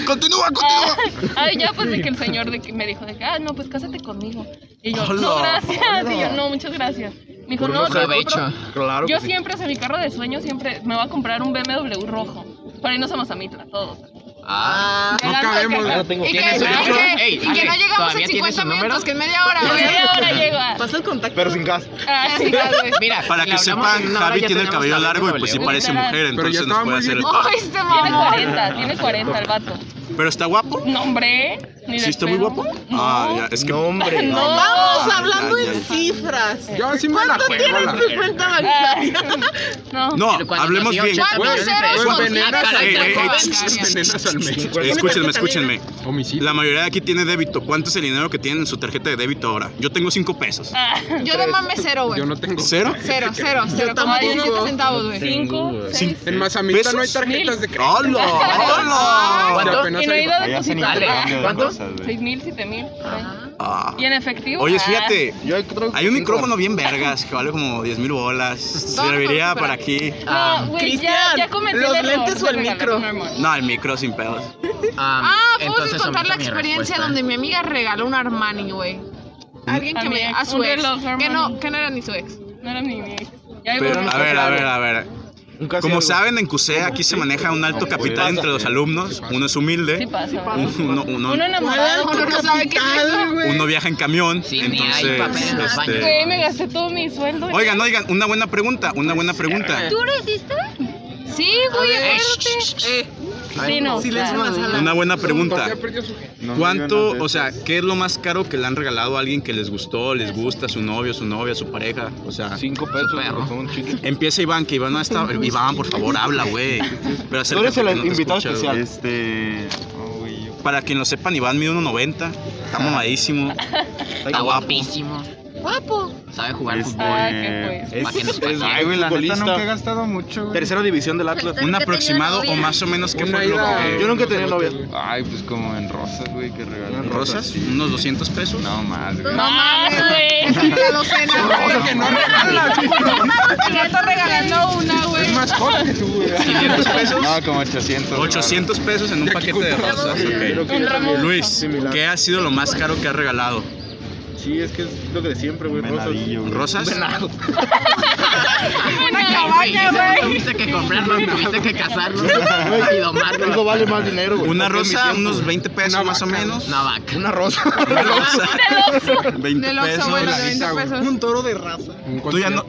Speaker 1: Continúa,
Speaker 8: ah,
Speaker 1: continúa.
Speaker 8: Ay, ya pues de que el señor de que me dijo de que, ah, no, pues cásate conmigo. Y yo,
Speaker 1: Hola,
Speaker 8: no, gracias. Y yo, no, muchas gracias. Me dijo, no, te compro-
Speaker 6: Provecho.
Speaker 5: Claro.
Speaker 8: Yo
Speaker 5: que sí.
Speaker 8: siempre, o sea, mi carro de sueño siempre me va a comprar un BMW rojo. Para irnos a Mazamitla, todos.
Speaker 6: Ah.
Speaker 2: No cabemos.
Speaker 8: Llegando a
Speaker 4: Y que, y
Speaker 6: ¿Tienes su número?
Speaker 4: que,
Speaker 6: Ey,
Speaker 4: y que no
Speaker 6: Ale,
Speaker 4: llegamos
Speaker 6: ¿todavía
Speaker 4: en
Speaker 6: tienes su
Speaker 4: 50
Speaker 6: número?
Speaker 4: minutos, que en media hora, güey.
Speaker 8: Media hora llega.
Speaker 3: pasa el contacto.
Speaker 5: Pero sin gas.
Speaker 8: Ah, sí, ya, güey.
Speaker 6: Mira,
Speaker 1: Para
Speaker 6: si
Speaker 1: que
Speaker 6: le hablamos en
Speaker 1: sepan,
Speaker 6: una hora,
Speaker 1: Javi
Speaker 6: ya
Speaker 1: tiene el
Speaker 6: tenemos
Speaker 1: cabello
Speaker 6: la
Speaker 1: largo y pues sí
Speaker 6: W.
Speaker 1: parece
Speaker 8: Literal.
Speaker 1: mujer,
Speaker 2: Pero ya
Speaker 1: entonces nos
Speaker 2: estaba
Speaker 1: puede
Speaker 2: muy
Speaker 1: hacer el...
Speaker 4: Ay, este
Speaker 8: Tiene
Speaker 4: mamón.
Speaker 8: 40, tiene 40 el vato.
Speaker 1: ¿Pero está guapo?
Speaker 8: No, hombre. ni
Speaker 1: ¿Sí
Speaker 8: de
Speaker 1: está muy
Speaker 8: pedo.
Speaker 1: guapo?
Speaker 8: No.
Speaker 1: Ah, ya, es que...
Speaker 5: No, hombre.
Speaker 8: No.
Speaker 3: Vamos hablando
Speaker 1: Ah, Ya, ya,
Speaker 3: en
Speaker 1: ya.
Speaker 3: cifras.
Speaker 2: Yo sí me la
Speaker 3: ¿Cuánto
Speaker 2: juego.
Speaker 3: tienen
Speaker 2: la-
Speaker 3: 50
Speaker 8: Ay,
Speaker 3: vacunas?
Speaker 8: No.
Speaker 1: No,
Speaker 6: Pero cuando
Speaker 1: hablemos
Speaker 6: nació
Speaker 1: bien.
Speaker 6: Chato,
Speaker 4: Cuatro
Speaker 2: Güey,
Speaker 4: ceros
Speaker 2: güey,
Speaker 4: con
Speaker 2: pues, venenas
Speaker 4: cinco.
Speaker 2: al
Speaker 1: Eh, eh,
Speaker 2: mes.
Speaker 1: eh, ch- ch-
Speaker 2: Venenas al mes.
Speaker 1: Escúchenme, escúchenme.
Speaker 2: Homicidio.
Speaker 1: La mayoría de aquí tiene débito. ¿Cuánto es el dinero que tienen en su tarjeta de débito ahora? Yo tengo 5 pesos.
Speaker 8: Ah,
Speaker 4: Yo de mame cero, güey.
Speaker 2: Yo no tengo.
Speaker 1: ¿Cero?
Speaker 4: Cero, cero, cero. Como
Speaker 3: tampoco.
Speaker 4: 17 centavos, güey.
Speaker 8: cinco. seis.
Speaker 2: En Mazamitla no hay
Speaker 1: ¿Pesos?
Speaker 2: tarjetas de crédito.
Speaker 1: ¡Hola!
Speaker 2: Ya
Speaker 1: ¡Hola!
Speaker 3: Ah,
Speaker 2: apenas
Speaker 8: Y no he
Speaker 2: hay-
Speaker 8: ido a depositar.
Speaker 6: Ale, ¿cuántos?
Speaker 1: cosas, güey.
Speaker 8: Seis mil, siete mil.
Speaker 1: Ah. Ah.
Speaker 8: Y en efectivo.
Speaker 1: Oye,
Speaker 8: ah,
Speaker 1: fíjate,
Speaker 5: Yo creo que
Speaker 1: hay
Speaker 5: cinco.
Speaker 1: un micrófono bien vergas que vale como 10 mil bolas.
Speaker 4: No, no,
Speaker 1: Serviría
Speaker 4: no, no,
Speaker 1: para
Speaker 4: no.
Speaker 1: aquí.
Speaker 6: Ah,
Speaker 8: No, güey, ya,
Speaker 3: Cristian,
Speaker 8: ya cometí
Speaker 3: ¿los
Speaker 8: el error
Speaker 3: lentes o
Speaker 8: de
Speaker 3: el
Speaker 8: regalar
Speaker 3: micro?
Speaker 8: un armario.
Speaker 1: No, el micro sin pedos.
Speaker 4: Ah, podemos
Speaker 6: entonces
Speaker 4: contar la
Speaker 6: omito mi
Speaker 4: experiencia
Speaker 6: respuesta.
Speaker 4: donde mi amiga regaló un Armani, güey. Alguien que
Speaker 8: A mi
Speaker 4: me
Speaker 8: ex,
Speaker 4: a su
Speaker 8: un
Speaker 4: ex.
Speaker 8: reloj Armani.
Speaker 4: Que no, que no era ni su ex.
Speaker 8: No era mi ex. Ya
Speaker 1: Pero,
Speaker 8: igual.
Speaker 1: a ver, a ver, a ver.
Speaker 5: Un casi
Speaker 1: Como
Speaker 5: algo.
Speaker 1: saben, en CUSE aquí se maneja un alto
Speaker 5: No,
Speaker 1: capital
Speaker 5: güey.
Speaker 1: entre los alumnos. Uno es
Speaker 8: Sí
Speaker 1: humilde,
Speaker 8: pasa.
Speaker 1: uno, uno-
Speaker 8: Uno enamorado.
Speaker 4: Uno no sabe qué es eso.
Speaker 1: uno viaja en camión.
Speaker 6: Sí, ni hay
Speaker 1: entonces,
Speaker 6: papel en los baños.
Speaker 1: este,
Speaker 8: Güey, me gasté todo mi sueldo. en-
Speaker 1: Oigan, oigan, una buena pregunta, una buena pregunta.
Speaker 7: ¿Tú lo hiciste?
Speaker 4: Sí, güey, acuérdate.
Speaker 8: Sí, no.
Speaker 3: Silencio en la sala.
Speaker 1: Una buena pregunta.
Speaker 2: ¿Por qué perdió su
Speaker 5: No, yo
Speaker 1: ¿Cuánto,
Speaker 5: no sé.
Speaker 1: o sea, qué es lo más caro que le han regalado a alguien que les gustó, les gusta, su novio, su novia, su pareja? O sea,
Speaker 5: Cinco pesos,
Speaker 6: Su perro.
Speaker 5: pero son chiquitos.
Speaker 1: empieza Iván, que Iván no está. Iván, por favor, habla, güey. Pero
Speaker 5: Tú eres
Speaker 1: acércate,
Speaker 5: el
Speaker 1: que no te
Speaker 5: invitado
Speaker 1: escuchas,
Speaker 5: especial.
Speaker 1: güey.
Speaker 2: Este. oh, güey, yo-
Speaker 1: Para quien lo sepan, Iván mide 1.90,
Speaker 5: Ah.
Speaker 1: está mamadísimo.
Speaker 6: Está
Speaker 1: guapo.
Speaker 6: guapísimo.
Speaker 4: Guapo.
Speaker 6: Sabe jugar
Speaker 2: Este,
Speaker 6: fútbol.
Speaker 8: Ay, qué pues.
Speaker 6: Para que nos
Speaker 5: es-
Speaker 6: pase.
Speaker 5: ay, güey, la neta
Speaker 2: Futbolista.
Speaker 5: nunca
Speaker 2: nunca
Speaker 5: he
Speaker 2: he gastado mucho, güey.
Speaker 5: Tercera división del Atlas.
Speaker 1: Un aproximado o más o menos que fue lo que.
Speaker 5: Yo nunca he tenido novia.
Speaker 2: Ay, pues como en rosas, güey, que regalan.
Speaker 1: ¿Rosas?
Speaker 2: Sí.
Speaker 1: ¿Unos 200 pesos?
Speaker 2: No más, güey.
Speaker 8: No mames, güey.
Speaker 4: La docena, güey. Ya está regalando una, güey.
Speaker 2: más joven que tú, güey.
Speaker 1: 500 pesos.
Speaker 2: No, como 800.
Speaker 1: 800 pesos en un paquete de rosas.
Speaker 2: Creo
Speaker 1: ok.
Speaker 2: que yo también.
Speaker 1: Luis, ¿qué ha sido lo más caro que has regalado?
Speaker 5: Sí, es que es lo de siempre, güey. rosas.
Speaker 2: Venadillo, güey.
Speaker 1: ¿Rosas?
Speaker 4: Una cabaña, güey.
Speaker 6: Tuviste que comprarlo, tuviste que casarlo y
Speaker 5: Algo
Speaker 6: domarlo.
Speaker 5: vale más dinero, güey.
Speaker 1: Una
Speaker 5: Porque mi
Speaker 1: rosa,
Speaker 5: tiempo,
Speaker 1: unos
Speaker 5: güey.
Speaker 1: 20 pesos más o menos.
Speaker 6: Una vaca.
Speaker 5: Una rosa.
Speaker 1: Una rosa. 20
Speaker 4: Del Oxxo, güey,
Speaker 1: pesos.
Speaker 4: los de 20 pesos.
Speaker 3: Un toro de raza.
Speaker 1: Tú ya no-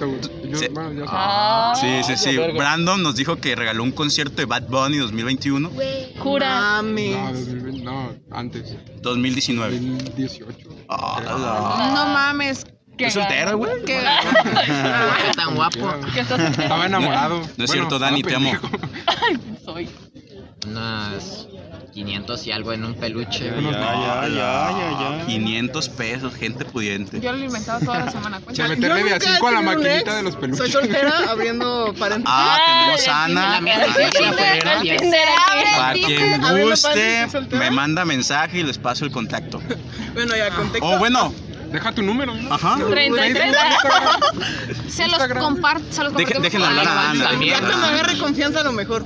Speaker 1: sí.
Speaker 8: Ah,
Speaker 1: Sí, sí, sí. Brandon nos dijo que regaló un concierto de Bad Bunny 2021,
Speaker 8: Jura.
Speaker 3: Mames.
Speaker 2: No, antes.
Speaker 1: 2019.
Speaker 2: 2018.
Speaker 1: Ah, la-
Speaker 4: No mames.
Speaker 8: Qué
Speaker 1: ¿Estás soltera,
Speaker 8: ganas.
Speaker 1: güey?
Speaker 4: Qué
Speaker 6: Vaca tan guapo.
Speaker 8: Que estás soltera.
Speaker 2: Estaba enamorado.
Speaker 1: No es cierto, Dani, te amo.
Speaker 8: Soy.
Speaker 6: Unas 500 y algo en un peluche.
Speaker 2: Ya, ya, ya, ya, ya.
Speaker 1: 500 pesos, gente pudiente.
Speaker 4: Yo lo inventaba toda la semana.
Speaker 2: Se
Speaker 4: Cuéntame.
Speaker 2: meterle de a
Speaker 3: nunca he
Speaker 2: 5 a la
Speaker 3: tenido un
Speaker 2: maquinita
Speaker 3: ex.
Speaker 2: de los
Speaker 3: Soy
Speaker 2: peluches.
Speaker 3: soltera abriendo paréntesis.
Speaker 1: Ah, tenemos a
Speaker 8: Ah,
Speaker 1: Ana.
Speaker 6: la mierda,
Speaker 1: Ana
Speaker 6: sí,
Speaker 1: Cabrera.
Speaker 6: sí, sí.
Speaker 1: Para quien
Speaker 3: A ver, ¿la Fanny
Speaker 1: guste,
Speaker 3: está soltera?
Speaker 1: me manda mensaje y les paso el contacto.
Speaker 3: Bueno, ya contexto.
Speaker 1: Oh, bueno,
Speaker 2: Deja tu número, ¿no?
Speaker 1: ajá.
Speaker 8: 33
Speaker 4: Se los comparto. Se los
Speaker 1: Deje-
Speaker 4: comparto.
Speaker 1: déjenla hablar a Ana.
Speaker 6: También.
Speaker 1: déjenla
Speaker 3: Ya
Speaker 1: hablar a
Speaker 3: cuando
Speaker 1: Ana.
Speaker 3: agarre confianza a lo mejor.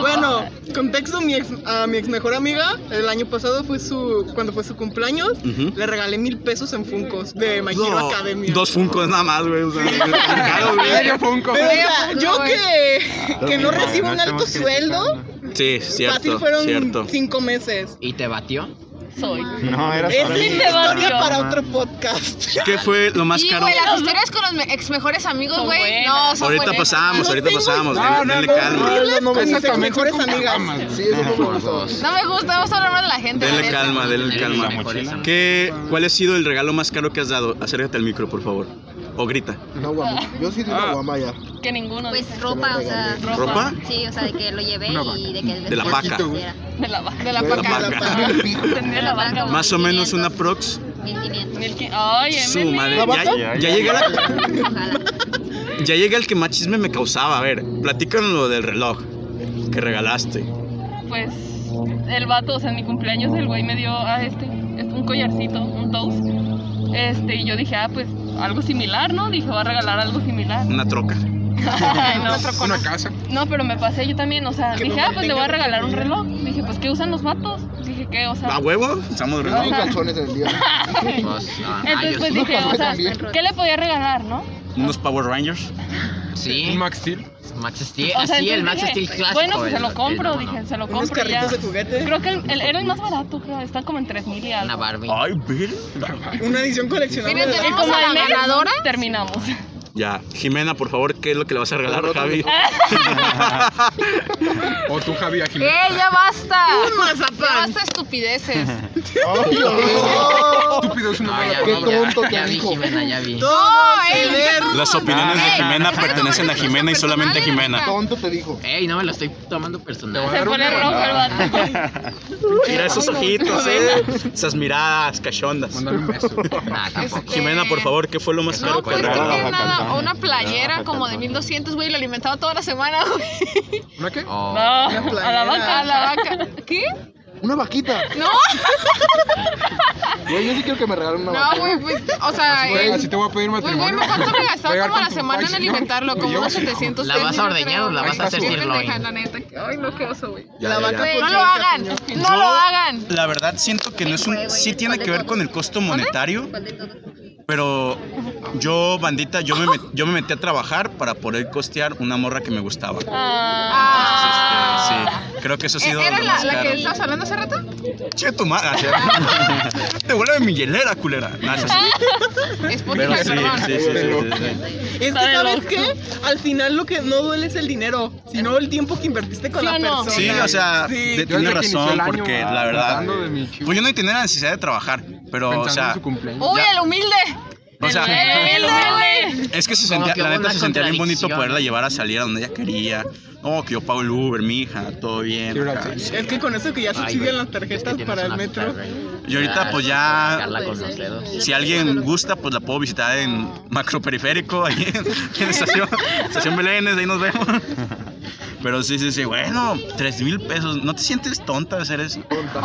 Speaker 3: Bueno, contexto mi ex, a mi ex mejor amiga, el año pasado fue su cuando fue su cumpleaños,
Speaker 1: Ujú.
Speaker 3: le regalé mil pesos en Funkos de My Hero
Speaker 1: No,
Speaker 3: Academia.
Speaker 1: dos funcos nada más, güey. o sea, es tan caro, güey.
Speaker 2: Medio Funko.
Speaker 3: Pero o sea, yo que, que no
Speaker 2: Ay,
Speaker 3: recibo
Speaker 2: no
Speaker 3: un
Speaker 2: estamos
Speaker 3: alto
Speaker 2: criticando.
Speaker 3: sueldo,
Speaker 1: Sí, cierto,
Speaker 3: fácil fueron
Speaker 1: cierto.
Speaker 3: cinco meses.
Speaker 6: ¿Y te batió?
Speaker 8: Soy.
Speaker 2: No, era
Speaker 3: Es
Speaker 2: para
Speaker 3: una
Speaker 2: mí.
Speaker 3: historia
Speaker 8: barrio.
Speaker 3: para otro podcast.
Speaker 1: ¿Qué fue lo más
Speaker 4: Y,
Speaker 1: caro?
Speaker 4: güey, las historias con los me- ex mejores amigos,
Speaker 8: Son
Speaker 4: güey.
Speaker 8: buenas.
Speaker 4: No, son
Speaker 1: Ahorita
Speaker 4: buenas.
Speaker 1: pasamos, ahorita
Speaker 3: tengo
Speaker 1: pasamos.
Speaker 2: No,
Speaker 1: denle-
Speaker 2: no,
Speaker 1: Denle
Speaker 2: no,
Speaker 1: calma.
Speaker 3: Horribles
Speaker 2: no,
Speaker 3: con mis
Speaker 2: esas
Speaker 3: ex
Speaker 2: también son
Speaker 3: mejores
Speaker 2: como
Speaker 3: amigas.
Speaker 2: camas, güey.
Speaker 5: Sí, eso no me gustó.
Speaker 4: No me gusta, vamos a hablar más de la gente. la
Speaker 1: Denle
Speaker 4: neta.
Speaker 1: calma, denle
Speaker 6: Tener
Speaker 1: calma.
Speaker 6: los mejores amigos.
Speaker 1: ¿Qué, ¿Cuál ha sido el regalo más caro que has dado? Acércate al micro, por favor. O grita.
Speaker 5: Una guamaya. Yo sí di una guamaya.
Speaker 8: Que ninguno. dice.
Speaker 7: Pues ropa, o sea.
Speaker 1: ¿Ropa?
Speaker 7: Sí, o sea, de que lo llevé
Speaker 2: Una vaca.
Speaker 7: y de que el
Speaker 1: De la
Speaker 7: después
Speaker 1: vaca.
Speaker 7: se hiciera.
Speaker 8: De la vaca.
Speaker 4: De la
Speaker 5: Güey,
Speaker 4: paca.
Speaker 1: vaca.
Speaker 8: De la vaca.
Speaker 7: Como
Speaker 1: Más o menos
Speaker 7: 500.
Speaker 1: una prox.
Speaker 7: 1500.
Speaker 8: Mil quin- Ay,
Speaker 1: Su
Speaker 8: Emily.
Speaker 1: madre.
Speaker 5: ¿La vaca?
Speaker 1: Ya, ya llegué a la-
Speaker 7: Ojalá.
Speaker 1: ya llegué al que más chisme me causaba. A ver, platícanos lo del reloj que regalaste.
Speaker 8: Pues el vato, o sea, en mi cumpleaños el güey me dio a este, es un collarcito, un toast. Este, y yo dije, ah, pues algo similar, ¿no? Dije, va a regalar algo similar.
Speaker 1: Una troca.
Speaker 8: Ay, no.
Speaker 2: Una casa.
Speaker 8: No, pero me pasé yo también, o sea, dije, ah, pues le voy a regalar un reloj. Dije, pues, ¿qué usan los vatos? Dije, ¿qué? O
Speaker 6: Ah,
Speaker 8: sea,
Speaker 1: ¿A huevo? Usamos reloj.
Speaker 5: Sin calzones en el día.
Speaker 6: Pues, no, ay,
Speaker 8: entonces
Speaker 6: yo
Speaker 8: pues
Speaker 6: sí.
Speaker 8: dije, o sea,
Speaker 5: también.
Speaker 8: ¿qué le podía regalar, no?
Speaker 1: Unos Power Rangers.
Speaker 6: Sí,
Speaker 2: Un Max Steel.
Speaker 6: Max Steel.
Speaker 8: O sea,
Speaker 6: sí, Eh, el
Speaker 8: entonces
Speaker 6: Max
Speaker 8: dije,
Speaker 6: Steel clásico.
Speaker 8: Bueno, pues
Speaker 6: el-
Speaker 8: se lo
Speaker 6: el
Speaker 8: compro,
Speaker 6: mono.
Speaker 8: dije, se lo
Speaker 3: Unos
Speaker 8: compro y ya.
Speaker 3: carritos de juguete.
Speaker 8: Creo que el, el- era el más barato, creo, está como en 3 mil y
Speaker 6: Una
Speaker 8: algo.
Speaker 6: Barbie.
Speaker 1: Ay, ver.
Speaker 3: Una edición coleccionable.
Speaker 4: Miren,
Speaker 3: de
Speaker 8: Y
Speaker 4: tenemos
Speaker 8: como
Speaker 4: a la
Speaker 8: al mes
Speaker 4: ganadora.
Speaker 8: terminamos.
Speaker 1: Ya, Jimena, por favor, ¿qué es lo que le vas a regalar a Javi?
Speaker 2: O tú, Javi Ágil.
Speaker 4: ¡Eh, ya basta!
Speaker 3: Un
Speaker 4: Ya
Speaker 3: mazapán.
Speaker 4: basta de estupideces.
Speaker 5: Ay, Dios.
Speaker 2: Estúpido es una
Speaker 6: Ay, Ah, ya,
Speaker 2: mala
Speaker 5: Qué
Speaker 6: no,
Speaker 2: palabra.
Speaker 6: ya-
Speaker 5: tonto te
Speaker 6: ya vi,
Speaker 5: dijo.
Speaker 6: Jimena, ya vi.
Speaker 3: Todo
Speaker 4: ey,
Speaker 3: se
Speaker 4: deja
Speaker 3: ve
Speaker 4: todo.
Speaker 1: Las opiniones de
Speaker 4: Ey,
Speaker 1: Jimena
Speaker 4: déjalo,
Speaker 1: pertenecen a
Speaker 4: déjalo,
Speaker 1: Jimena y
Speaker 4: personal,
Speaker 1: solamente a Jimena.
Speaker 5: Tonto te dijo.
Speaker 6: Ey, no me lo estoy tomando personal.
Speaker 8: Se pone rojo el vato.
Speaker 1: Mira esos ojitos, eh. Esas miradas cachondas. Este,
Speaker 2: Mándale un beso.
Speaker 6: Nah, tampoco.
Speaker 1: Jimena, por favor, ¿qué fue lo más caro
Speaker 4: No,
Speaker 1: que
Speaker 4: pues creo
Speaker 1: regalaste?
Speaker 4: que
Speaker 2: Nada,
Speaker 4: nada.
Speaker 2: calzón.
Speaker 4: Una playera
Speaker 2: Nada,
Speaker 4: como de
Speaker 2: calzón.
Speaker 4: 1200, güey, la alimentaba toda la semana, güey.
Speaker 2: ¿Una qué?
Speaker 6: Oh,
Speaker 8: No, Ah, a la vaca,
Speaker 3: playera.
Speaker 4: A la vaca. ¿Qué?
Speaker 5: ¡Una vaquita!
Speaker 4: No,
Speaker 5: Güey, yo sí quiero que me regalen una
Speaker 4: no,
Speaker 5: vaquita.
Speaker 4: güey, pues, o sea,
Speaker 2: Güey,
Speaker 4: eh,
Speaker 2: así te voy a pedir
Speaker 4: güey, güey,
Speaker 2: matrimonio.
Speaker 4: me cuánto me gastaba
Speaker 2: Pegar
Speaker 4: como a
Speaker 2: con
Speaker 4: la
Speaker 2: tu
Speaker 4: semana en
Speaker 2: paisano,
Speaker 4: alimentarlo, como
Speaker 2: yo,
Speaker 4: unos
Speaker 2: hijo.
Speaker 4: 700
Speaker 6: ¿La vas a
Speaker 4: pesos, yo
Speaker 6: ordeñar
Speaker 4: creo.
Speaker 6: o la
Speaker 4: Ay,
Speaker 6: vas a hacer
Speaker 4: sí,
Speaker 6: sirloin?
Speaker 4: pendeja, la neta, que- ay, no, qué oso, güey.
Speaker 1: Ya,
Speaker 5: La
Speaker 1: ya, ya.
Speaker 5: vaca-
Speaker 4: No lo hagan, no
Speaker 1: Yo-
Speaker 4: lo hagan.
Speaker 1: La verdad siento que no es un... Sí tiene que ver con el costo monetario,
Speaker 7: ¿Cuál de todos?
Speaker 1: pero yo, bandita, yo me, met- yo me metí a trabajar para poder costear una morra que me gustaba.
Speaker 6: Ah,
Speaker 1: Entonces,
Speaker 4: Ah.
Speaker 1: este, sí, creo que eso ha sido
Speaker 4: ¿Era
Speaker 1: lo
Speaker 4: la,
Speaker 1: más
Speaker 4: la
Speaker 1: caro.
Speaker 4: que estabas hablando hace rato?
Speaker 1: Che, tu madre. así. Te vuelve mi hielera, culera. No, eso sí.
Speaker 4: Es por
Speaker 1: Pero sí,
Speaker 4: perdón.
Speaker 1: sí, sí, sí, sí, sí.
Speaker 3: Es que, ¿sabes qué? Al final lo que no duele es el dinero, sino el tiempo que invertiste con
Speaker 8: ¿Sí
Speaker 3: la
Speaker 8: o no?
Speaker 3: persona.
Speaker 1: Sí, o sea,
Speaker 3: Sí.
Speaker 1: de-
Speaker 2: Yo desde
Speaker 1: tiene
Speaker 2: que inició
Speaker 1: razón,
Speaker 2: el año,
Speaker 1: porque
Speaker 2: ah,
Speaker 1: la verdad,
Speaker 2: pensando de mi chico.
Speaker 1: pues yo no tenía la necesidad de trabajar, pero,
Speaker 2: Pensando
Speaker 1: o sea,
Speaker 2: en su cumpleaños.
Speaker 4: Uy,
Speaker 1: Ya.
Speaker 4: el humilde.
Speaker 1: o sea,
Speaker 4: El humilde,
Speaker 1: es que se
Speaker 6: Como
Speaker 1: sentía,
Speaker 6: que
Speaker 1: la
Speaker 6: hubo
Speaker 1: neta
Speaker 6: una
Speaker 1: se sentía bien bonito
Speaker 6: contradicción.
Speaker 1: poderla llevar a salir a donde ella quería. No, que yo pago el Uber, mi hija, todo bien.
Speaker 2: Sí,
Speaker 1: acá.
Speaker 2: verdad, sí.
Speaker 3: Es que con eso que ya se
Speaker 6: Ay,
Speaker 3: chivian
Speaker 6: güey,
Speaker 3: las tarjetas
Speaker 6: tienes
Speaker 3: para el
Speaker 6: una
Speaker 3: metro.
Speaker 6: puta, güey.
Speaker 1: Y ahorita, pues, ya-
Speaker 6: sacarla con los dedos.
Speaker 1: Si alguien gusta, pues la puedo visitar en Macroperiférico, ahí en, en estación, estación Belénes, ahí nos vemos. Pero sí, sí, sí, bueno, tres mil pesos, ¿no te sientes tonta de hacer eso?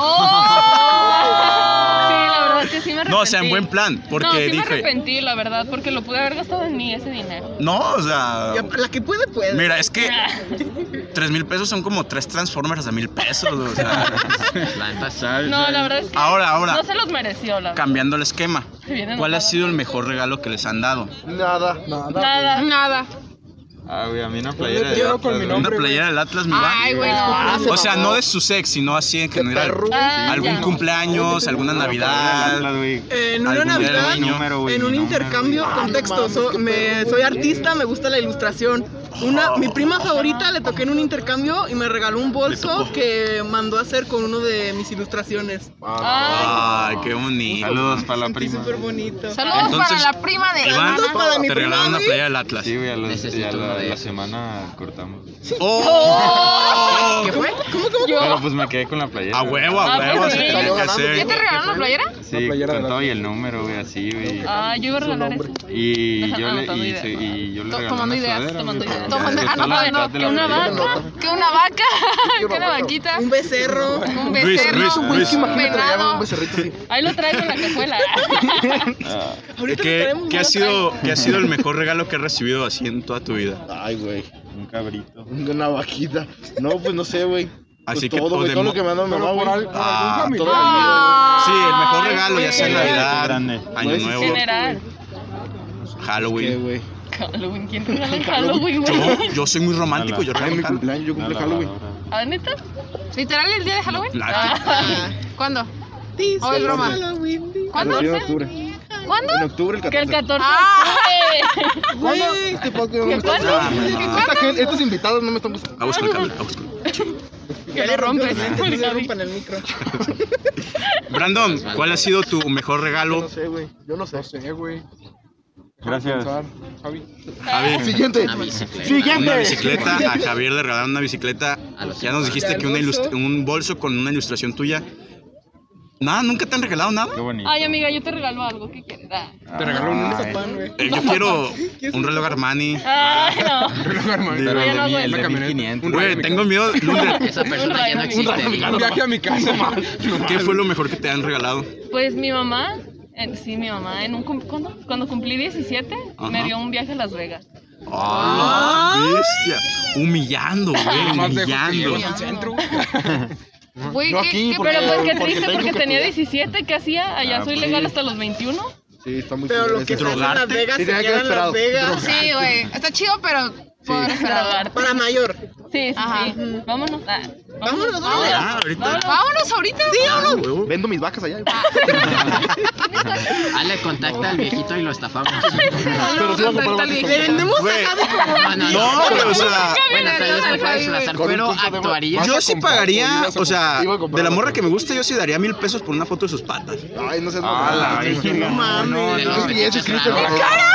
Speaker 8: Sí, la verdad es que sí me arrepentí.
Speaker 1: No, o sea, en buen plan, porque
Speaker 8: no, sí me
Speaker 1: dije,
Speaker 8: arrepentí, la verdad, porque lo pude haber gastado en mí ese dinero.
Speaker 1: no, o sea,
Speaker 3: Ya, La que puede, puede.
Speaker 1: mira, es que tres mil pesos son como tres Transformers a mil pesos, o sea,
Speaker 6: La neta, sí.
Speaker 1: ¿sabes?
Speaker 8: No, la verdad es que
Speaker 1: Ahora, ahora,
Speaker 8: no se los mereció, la verdad.
Speaker 1: cambiando el esquema,
Speaker 8: Se vienen
Speaker 1: ¿cuál ha
Speaker 8: enojadas.
Speaker 1: sido el mejor regalo que les han dado?
Speaker 5: Nada, nada.
Speaker 8: Nada.
Speaker 4: Nada.
Speaker 10: Ah, güey, a mí una playera
Speaker 2: Yo
Speaker 10: de
Speaker 2: lloro por mi
Speaker 10: Atlas,
Speaker 1: Una
Speaker 2: nombre. güey.
Speaker 1: playera del Atlas, mira.
Speaker 4: Ay, güey, no.
Speaker 1: O sea, no de su sex, sino así en general.
Speaker 5: perro.
Speaker 8: Ah,
Speaker 1: Algún
Speaker 8: ya.
Speaker 5: pues,
Speaker 1: cumpleaños, alguna Navidad.
Speaker 10: güey.
Speaker 3: En una
Speaker 1: Algún día del
Speaker 3: Eh, Navidad,
Speaker 1: niño.
Speaker 10: Número, güey,
Speaker 3: en un
Speaker 10: número,
Speaker 3: intercambio,
Speaker 10: güey.
Speaker 3: contexto, so- me, soy artista, me gusta la ilustración. Una, mi prima favorita le toqué en un intercambio y me regaló un bolso
Speaker 1: tocó.
Speaker 3: que mandó a hacer con uno de mis ilustraciones.
Speaker 8: Ay,
Speaker 1: Ay, qué bonito.
Speaker 10: Saludos para la
Speaker 3: Sentí
Speaker 10: prima.
Speaker 3: súper bonito.
Speaker 4: Saludos
Speaker 1: Entonces,
Speaker 4: para la prima de
Speaker 1: Iván,
Speaker 3: Saludos para mi
Speaker 1: te regalaron
Speaker 3: prima,
Speaker 1: una
Speaker 3: güey.
Speaker 1: playera del Atlas.
Speaker 10: Sí, güey, a los,
Speaker 6: Necesito
Speaker 10: ya
Speaker 6: uno
Speaker 10: la,
Speaker 6: de
Speaker 10: la
Speaker 6: esos.
Speaker 10: semana cortamos.
Speaker 1: ¡Oh!
Speaker 3: ¿Qué fue? ¿Cómo, cómo?
Speaker 10: Pero pues me quedé con la playera.
Speaker 1: A huevo, a
Speaker 8: Ah,
Speaker 1: huevo,
Speaker 8: pues
Speaker 1: se
Speaker 8: sí.
Speaker 1: tenía que
Speaker 4: ¿Ya te
Speaker 1: hacer.
Speaker 4: regalaron la playera?
Speaker 10: Sí,
Speaker 2: La playera
Speaker 10: con
Speaker 2: de
Speaker 10: todo
Speaker 2: Atlas.
Speaker 10: y el número, güey, así, güey.
Speaker 8: ay, Ah, yo iba a regalar eso.
Speaker 10: Y yo le,
Speaker 8: Anotando
Speaker 10: y,
Speaker 8: ideas.
Speaker 10: se- y yo le
Speaker 4: To-
Speaker 10: regalé
Speaker 4: tomando
Speaker 10: una
Speaker 4: ideas,
Speaker 10: sudadera,
Speaker 8: tomando
Speaker 10: güey,
Speaker 8: ideas.
Speaker 10: pero
Speaker 4: Tomando-
Speaker 10: ya de toda la mitad
Speaker 4: anotando,
Speaker 10: de
Speaker 8: ah, que
Speaker 10: la
Speaker 8: una
Speaker 10: playera.
Speaker 8: vaca,
Speaker 4: Que una vaca, que una
Speaker 5: vaca.
Speaker 4: vaquita,
Speaker 3: Un becerro.
Speaker 4: un
Speaker 1: Luis,
Speaker 4: becerro,
Speaker 1: Luis, Luis.
Speaker 4: un
Speaker 5: Imagínate, le llaman un
Speaker 4: venado.
Speaker 5: becerrito así.
Speaker 8: Ahí lo traigo en la cajuela.
Speaker 3: Ahorita te
Speaker 1: ¿Qué,
Speaker 3: traemos
Speaker 1: qué ha
Speaker 3: uno.
Speaker 1: sido, ¿Qué ha sido el mejor regalo que has recibido así en toda tu vida?
Speaker 5: Ay, güey.
Speaker 10: Un cabrito.
Speaker 5: Una vaquita. No, pues no sé, güey. Pues
Speaker 1: Así que
Speaker 5: todo, güey, todo
Speaker 1: podemos-
Speaker 5: lo que me ha dado mi mamá,
Speaker 2: Pero por
Speaker 5: güey.
Speaker 2: al- por
Speaker 1: Ah,
Speaker 2: algún familiar.
Speaker 5: Todo lo que me
Speaker 3: Ah,
Speaker 5: ha
Speaker 1: Sí, el mejor regalo, ya sea
Speaker 8: güey.
Speaker 1: Navidad,
Speaker 10: Grande.
Speaker 1: Año
Speaker 5: Pues,
Speaker 1: Nuevo,
Speaker 8: General.
Speaker 5: dado mi- ¿Qué,
Speaker 1: Halloween.
Speaker 5: güey?
Speaker 8: Halloween, ¿quién regala en Halloween, güey?
Speaker 1: Yo, yo soy muy romántico, yo
Speaker 5: Ay, mi
Speaker 1: regalo.
Speaker 5: cumpleaños, Pues yo
Speaker 10: Una
Speaker 5: cumplí Halloween.
Speaker 10: lavadora.
Speaker 8: ¿A ¿Ah, neta?
Speaker 4: ¿Literal el día de Halloween?
Speaker 1: Ah.
Speaker 4: ¿Cuándo?
Speaker 3: Dice
Speaker 4: Oh, es broma.
Speaker 3: Halloween, dice.
Speaker 4: ¿Cuándo?
Speaker 5: El 14 de octubre.
Speaker 4: ¿Cuándo?
Speaker 5: En octubre, el
Speaker 8: Que el
Speaker 5: 14.
Speaker 8: 14
Speaker 4: Ah.
Speaker 8: de
Speaker 5: Güey, este poco-
Speaker 8: octubre.
Speaker 1: Ah, no, no.
Speaker 5: Esta gente- Estos invitados no me están gustando.
Speaker 1: A buscar el cable, a buscar.
Speaker 8: Que lo rompes.
Speaker 3: Que le rompan el micro.
Speaker 1: Brandon, ¿cuál ha sido tu mejor
Speaker 5: Yo no
Speaker 1: regalo?
Speaker 5: sé, güey. Yo no sé.
Speaker 2: No sé, güey.
Speaker 10: Gracias.
Speaker 2: Pensar, Javi.
Speaker 1: Javi.
Speaker 5: Siguiente.
Speaker 6: Una bicicleta.
Speaker 1: Una
Speaker 5: Siguiente.
Speaker 1: bicicleta, a Javier le regalaron una bicicleta.
Speaker 6: A los
Speaker 1: Ya nos dijiste
Speaker 3: ¿Y
Speaker 1: que
Speaker 3: al
Speaker 1: una
Speaker 3: bolso?
Speaker 1: ilustra- un bolso con una ilustración tuya. Nada, nunca te han regalado nada.
Speaker 10: Qué bonito.
Speaker 8: Ay, amiga, yo te regalo algo que quieras.
Speaker 10: Te
Speaker 2: regaló un
Speaker 3: Pan, güey.
Speaker 1: Eh, yo quiero un reloj Armani.
Speaker 8: Ay, no.
Speaker 10: Pero
Speaker 8: Oye,
Speaker 10: el de,
Speaker 8: no,
Speaker 10: mil-
Speaker 8: güey.
Speaker 10: el de
Speaker 2: Una camioneta.
Speaker 10: 1500.
Speaker 1: Güey, tengo miedo. Lunde,
Speaker 6: Esa persona ya no
Speaker 8: Un rayo,
Speaker 6: existe.
Speaker 2: Un viaje a mi casa, man.
Speaker 1: ¿Qué fue lo mejor que te han regalado?
Speaker 8: Pues mi mamá, en- sí, mi mamá, en un cum- ¿cuándo? cuando cumplí 17, me
Speaker 1: Ajá.
Speaker 8: dio un viaje a Las Vegas.
Speaker 1: ¡Ah, la bestia! Humillando, güey,
Speaker 2: Más lejos que
Speaker 1: humillando.
Speaker 2: llegas al centro.
Speaker 4: Güey,
Speaker 5: No
Speaker 4: ¿qué-
Speaker 5: aquí,
Speaker 4: qué-
Speaker 8: Pero pues qué
Speaker 5: Porque
Speaker 8: triste,
Speaker 5: tengo
Speaker 8: porque
Speaker 5: que
Speaker 8: tenía
Speaker 5: cuidar.
Speaker 8: 17, ¿qué hacía? Allá
Speaker 10: Ah,
Speaker 8: soy
Speaker 10: pues.
Speaker 8: legal hasta los 21.
Speaker 5: Sí, está muy
Speaker 3: Pero lo
Speaker 5: chido
Speaker 3: que
Speaker 5: eso.
Speaker 3: se hace en Las
Speaker 1: ¿Drogarte?
Speaker 3: Vegas
Speaker 5: Sí,
Speaker 3: se
Speaker 5: tenía que
Speaker 3: queda en Las
Speaker 5: haber esperado.
Speaker 3: Vegas.
Speaker 4: Sí, güey, está chido, pero por esperar.
Speaker 8: Drogarte.
Speaker 3: Para mayor.
Speaker 8: Sí, sí,
Speaker 4: Ajá.
Speaker 8: sí. Vámonos. Ah,
Speaker 3: Vámonos, vámonos.
Speaker 1: Ah, ahorita. Ah,
Speaker 4: Vámonos ahorita. Sí,
Speaker 1: Huevo.
Speaker 5: Vendo mis vacas allá. güey.
Speaker 6: Ale, Ah, contacta al viejito y lo estafamos.
Speaker 5: Pero sí voy a comprar vacas.
Speaker 3: Le vendemos
Speaker 1: Güey.
Speaker 3: a Javi como
Speaker 6: Ah,
Speaker 1: No, güey, o sea.
Speaker 6: Bueno, tal vez me puedes desplazar,
Speaker 5: Con un
Speaker 6: pero
Speaker 5: punto de-
Speaker 6: actuaría.
Speaker 1: Yo sí pagaría, o sea,
Speaker 5: Iba a comprar
Speaker 1: de la
Speaker 5: otra.
Speaker 1: morra que me gusta, yo sí daría mil pesos por una foto de sus patas.
Speaker 5: Ay, no sé.
Speaker 10: Ah, la virgen.
Speaker 5: No
Speaker 10: No,
Speaker 6: De
Speaker 5: mames.
Speaker 10: no,
Speaker 6: los
Speaker 5: Sí, ese
Speaker 6: pinches
Speaker 5: Cristo,
Speaker 6: raros.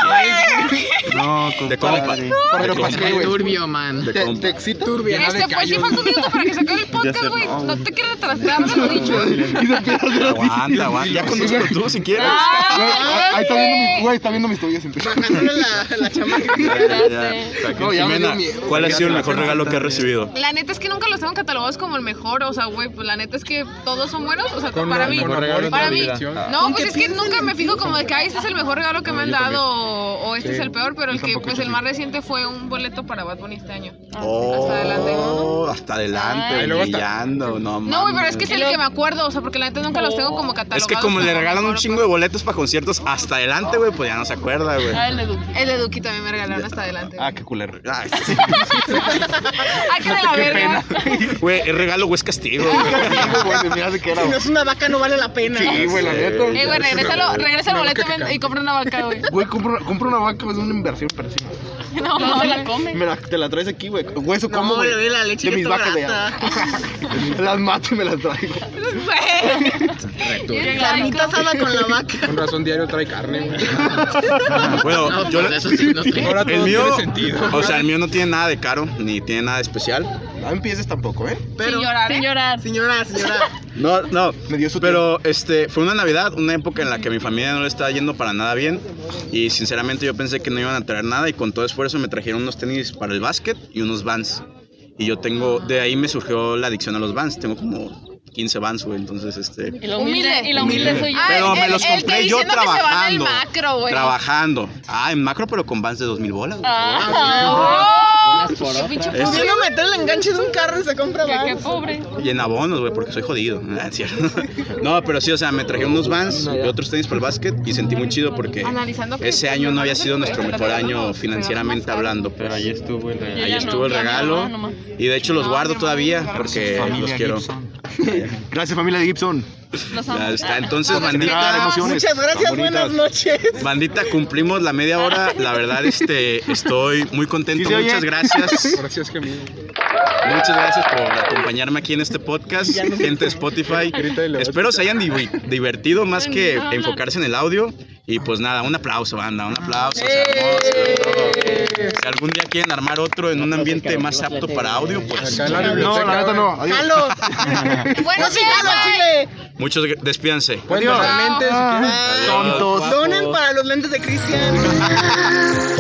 Speaker 10: No,
Speaker 1: De
Speaker 10: compadre.
Speaker 1: compa.
Speaker 5: Pero
Speaker 1: De
Speaker 5: ¿para
Speaker 1: compa.
Speaker 5: qué, güey?
Speaker 6: Turbio, man.
Speaker 1: De
Speaker 5: ¿Te,
Speaker 1: compa.
Speaker 5: te excita?
Speaker 4: Este, pues sí, falta un minuto para que se acabe el podcast,
Speaker 10: sé,
Speaker 4: güey.
Speaker 10: no,
Speaker 4: No te quiero retrasar, te lo he dicho.
Speaker 5: Y se empieza a hacer así.
Speaker 1: Aguanta, aguanta. Ya condúcelo tú si quieres.
Speaker 4: Ah,
Speaker 5: Ah, Ahí está viendo mi, güey, está viendo mis tobillas.
Speaker 3: Bajándole la, la chamaca.
Speaker 1: Ya, ya.
Speaker 5: No, ya me dio
Speaker 1: Jimena,
Speaker 5: miedo.
Speaker 1: ¿cuál ha
Speaker 5: Ya
Speaker 1: sido el
Speaker 5: te
Speaker 1: mejor
Speaker 5: vas a
Speaker 1: regalo que has recibido?
Speaker 4: La neta es que nunca los tengo catalogados como el mejor, o sea, güey, pues la neta es que todos son buenos, o sea,
Speaker 2: Con
Speaker 4: para
Speaker 2: amor,
Speaker 4: mí,
Speaker 2: con amor y
Speaker 4: para mí,
Speaker 2: dedicación.
Speaker 4: no,
Speaker 3: Aunque
Speaker 4: pues es que
Speaker 3: piensen
Speaker 4: nunca
Speaker 3: en
Speaker 4: me
Speaker 3: ti,
Speaker 4: fijo como de que, ay, este es el mejor regalo que me
Speaker 2: Ah,
Speaker 4: han
Speaker 2: yo también.
Speaker 4: dado, o, o este
Speaker 2: Sí.
Speaker 4: es el peor, pero el
Speaker 2: Yo
Speaker 4: que,
Speaker 2: tampoco
Speaker 4: pues
Speaker 2: soy así.
Speaker 4: el más reciente fue un boleto para Bad Bunny este año.
Speaker 1: Oh,
Speaker 4: adelante,
Speaker 1: hasta adelante,
Speaker 2: Ay. Y luego está-
Speaker 1: brillando, no
Speaker 4: No, güey, pero
Speaker 1: mames.
Speaker 4: es
Speaker 1: Oh.
Speaker 4: que es el que me acuerdo, o sea, porque la neta nunca los tengo como catalogados.
Speaker 1: Es que como le
Speaker 4: el
Speaker 1: regalan un
Speaker 4: mejor.
Speaker 1: chingo de boletos para conciertos hasta adelante, güey, pues ya no se acuerda, güey.
Speaker 8: Ah, el de Duque.
Speaker 4: El de Duki también me regalaron hasta adelante.
Speaker 1: Ah, qué culero. Ay, sí.
Speaker 4: Ay, que de la verga.
Speaker 1: Güey, el regalo, güey, es castigo. güey.
Speaker 5: Güey, me hace que era.
Speaker 3: Si no es una vaca, no vale la pena.
Speaker 5: Sí, güey, la neta.
Speaker 4: Eh, güey, regrésalo, regresa el
Speaker 2: Una
Speaker 4: boleto
Speaker 2: vaca que
Speaker 4: ven-
Speaker 2: canta.
Speaker 4: y compra una vaca, güey.
Speaker 5: Güey, compro, compro una vaca, es una inversión pésima.
Speaker 4: No,
Speaker 8: No se la
Speaker 4: mames.
Speaker 8: come.
Speaker 5: Me la, te la traes aquí, güey. Güey, eso como,
Speaker 3: No,
Speaker 5: güey.
Speaker 3: le doy la leche
Speaker 5: de
Speaker 3: que
Speaker 5: mis
Speaker 3: está
Speaker 5: vacas de
Speaker 3: barata.
Speaker 5: Las mato y me las traigo.
Speaker 4: Güey.
Speaker 8: Bien
Speaker 3: Carnita
Speaker 8: psycho.
Speaker 3: asada con la vaca.
Speaker 2: Con razón diario trae carne, güey.
Speaker 1: Bueno,
Speaker 6: No,
Speaker 1: yo
Speaker 6: pues
Speaker 1: le-
Speaker 6: eso sí nos trae.
Speaker 2: Ahora todo
Speaker 1: el mío,
Speaker 2: tiene sentido.
Speaker 1: o sea, el mío no tiene nada de caro, ni tiene nada de especial.
Speaker 5: No empieces tampoco, ¿eh?
Speaker 3: Pero,
Speaker 4: Sin llorar, ¿eh?
Speaker 8: Sin llorar.
Speaker 3: señora, señora,
Speaker 1: No, no.
Speaker 5: Me dio su
Speaker 1: Pero este, fue una Navidad, una época en la que mi familia no le estaba yendo para nada bien. Y sinceramente yo pensé que no iban a traer nada. Y con todo esfuerzo me trajeron unos tenis para el básquet y unos vans. Y yo tengo, de ahí me surgió la adicción a los vans. Tengo como 15 vans, güey. Entonces, este.
Speaker 8: Y la humilde, y la humilde soy yo.
Speaker 4: Ah,
Speaker 1: Pero
Speaker 4: el-
Speaker 1: me los
Speaker 4: el que
Speaker 1: compré yo
Speaker 4: diciendo que se van al
Speaker 1: trabajando.
Speaker 4: macro, güey.
Speaker 1: Trabajando. Ah, en macro, pero con vans de 2000 bolas, güey.
Speaker 4: 哦
Speaker 1: Este,
Speaker 8: Ah,
Speaker 6: Unas por otras.
Speaker 1: Es-
Speaker 3: pudiendo meter el enganche de un carro y se compra
Speaker 8: qué- qué
Speaker 3: más.
Speaker 8: pobre.
Speaker 1: Y en abonos, güey, porque soy jodido. Ah, es cierto. No, pero sí, o sea, me traje unos vans y otros tenis para el básquet y sentí muy chido porque
Speaker 4: Analizando que-
Speaker 1: ese año no había sido nuestro mejor año financieramente hablando.
Speaker 10: Pero
Speaker 1: Pero
Speaker 10: ahí
Speaker 1: ahí,
Speaker 10: estuvo el
Speaker 8: Yo
Speaker 1: ahí
Speaker 8: ya
Speaker 1: estuvo
Speaker 8: no,
Speaker 1: el
Speaker 8: ya mi
Speaker 1: regalo.
Speaker 8: hermano nomás.
Speaker 1: Y de hecho los
Speaker 4: No,
Speaker 1: guardo
Speaker 4: mi hermano
Speaker 1: todavía
Speaker 4: nunca.
Speaker 1: porque
Speaker 5: Familia
Speaker 1: los quiero.
Speaker 5: Gibson. Eh, Gracias, familia Gibson.
Speaker 8: Los amo.
Speaker 1: Ya está. Entonces,
Speaker 5: generar
Speaker 1: bandita,
Speaker 5: emociones.
Speaker 3: Muchas gracias,
Speaker 5: Bonitas.
Speaker 3: buenas noches.
Speaker 1: bandita, cumplimos la media hora. La verdad, este, estoy muy contento.
Speaker 5: Sí se oye.
Speaker 1: Muchas gracias.
Speaker 2: Gracias, Gemini.
Speaker 1: Muchas gracias por acompañarme aquí en este podcast, gente de Spotify.
Speaker 2: Grita y le-
Speaker 1: Espero se hayan divi- divertido más que
Speaker 8: Ay, no, no.
Speaker 1: enfocarse en el audio. Y pues nada, un aplauso, banda, un aplauso. se armó, se logró. Si algún día quieren armar otro en un ambiente más apto para audio, pues
Speaker 2: Acá en la
Speaker 5: No,
Speaker 2: biblioteca.
Speaker 5: la neta no. Adiós.
Speaker 3: ¡Halo!
Speaker 4: Bueno, sí,
Speaker 3: ¡Halo, Chile!
Speaker 1: muchos gr- despídanse.
Speaker 2: Pueden
Speaker 5: Adiós.
Speaker 2: bajar lentes si quieren.
Speaker 3: Bye.
Speaker 5: Tontos.
Speaker 3: Donen para los lentes de Cristian.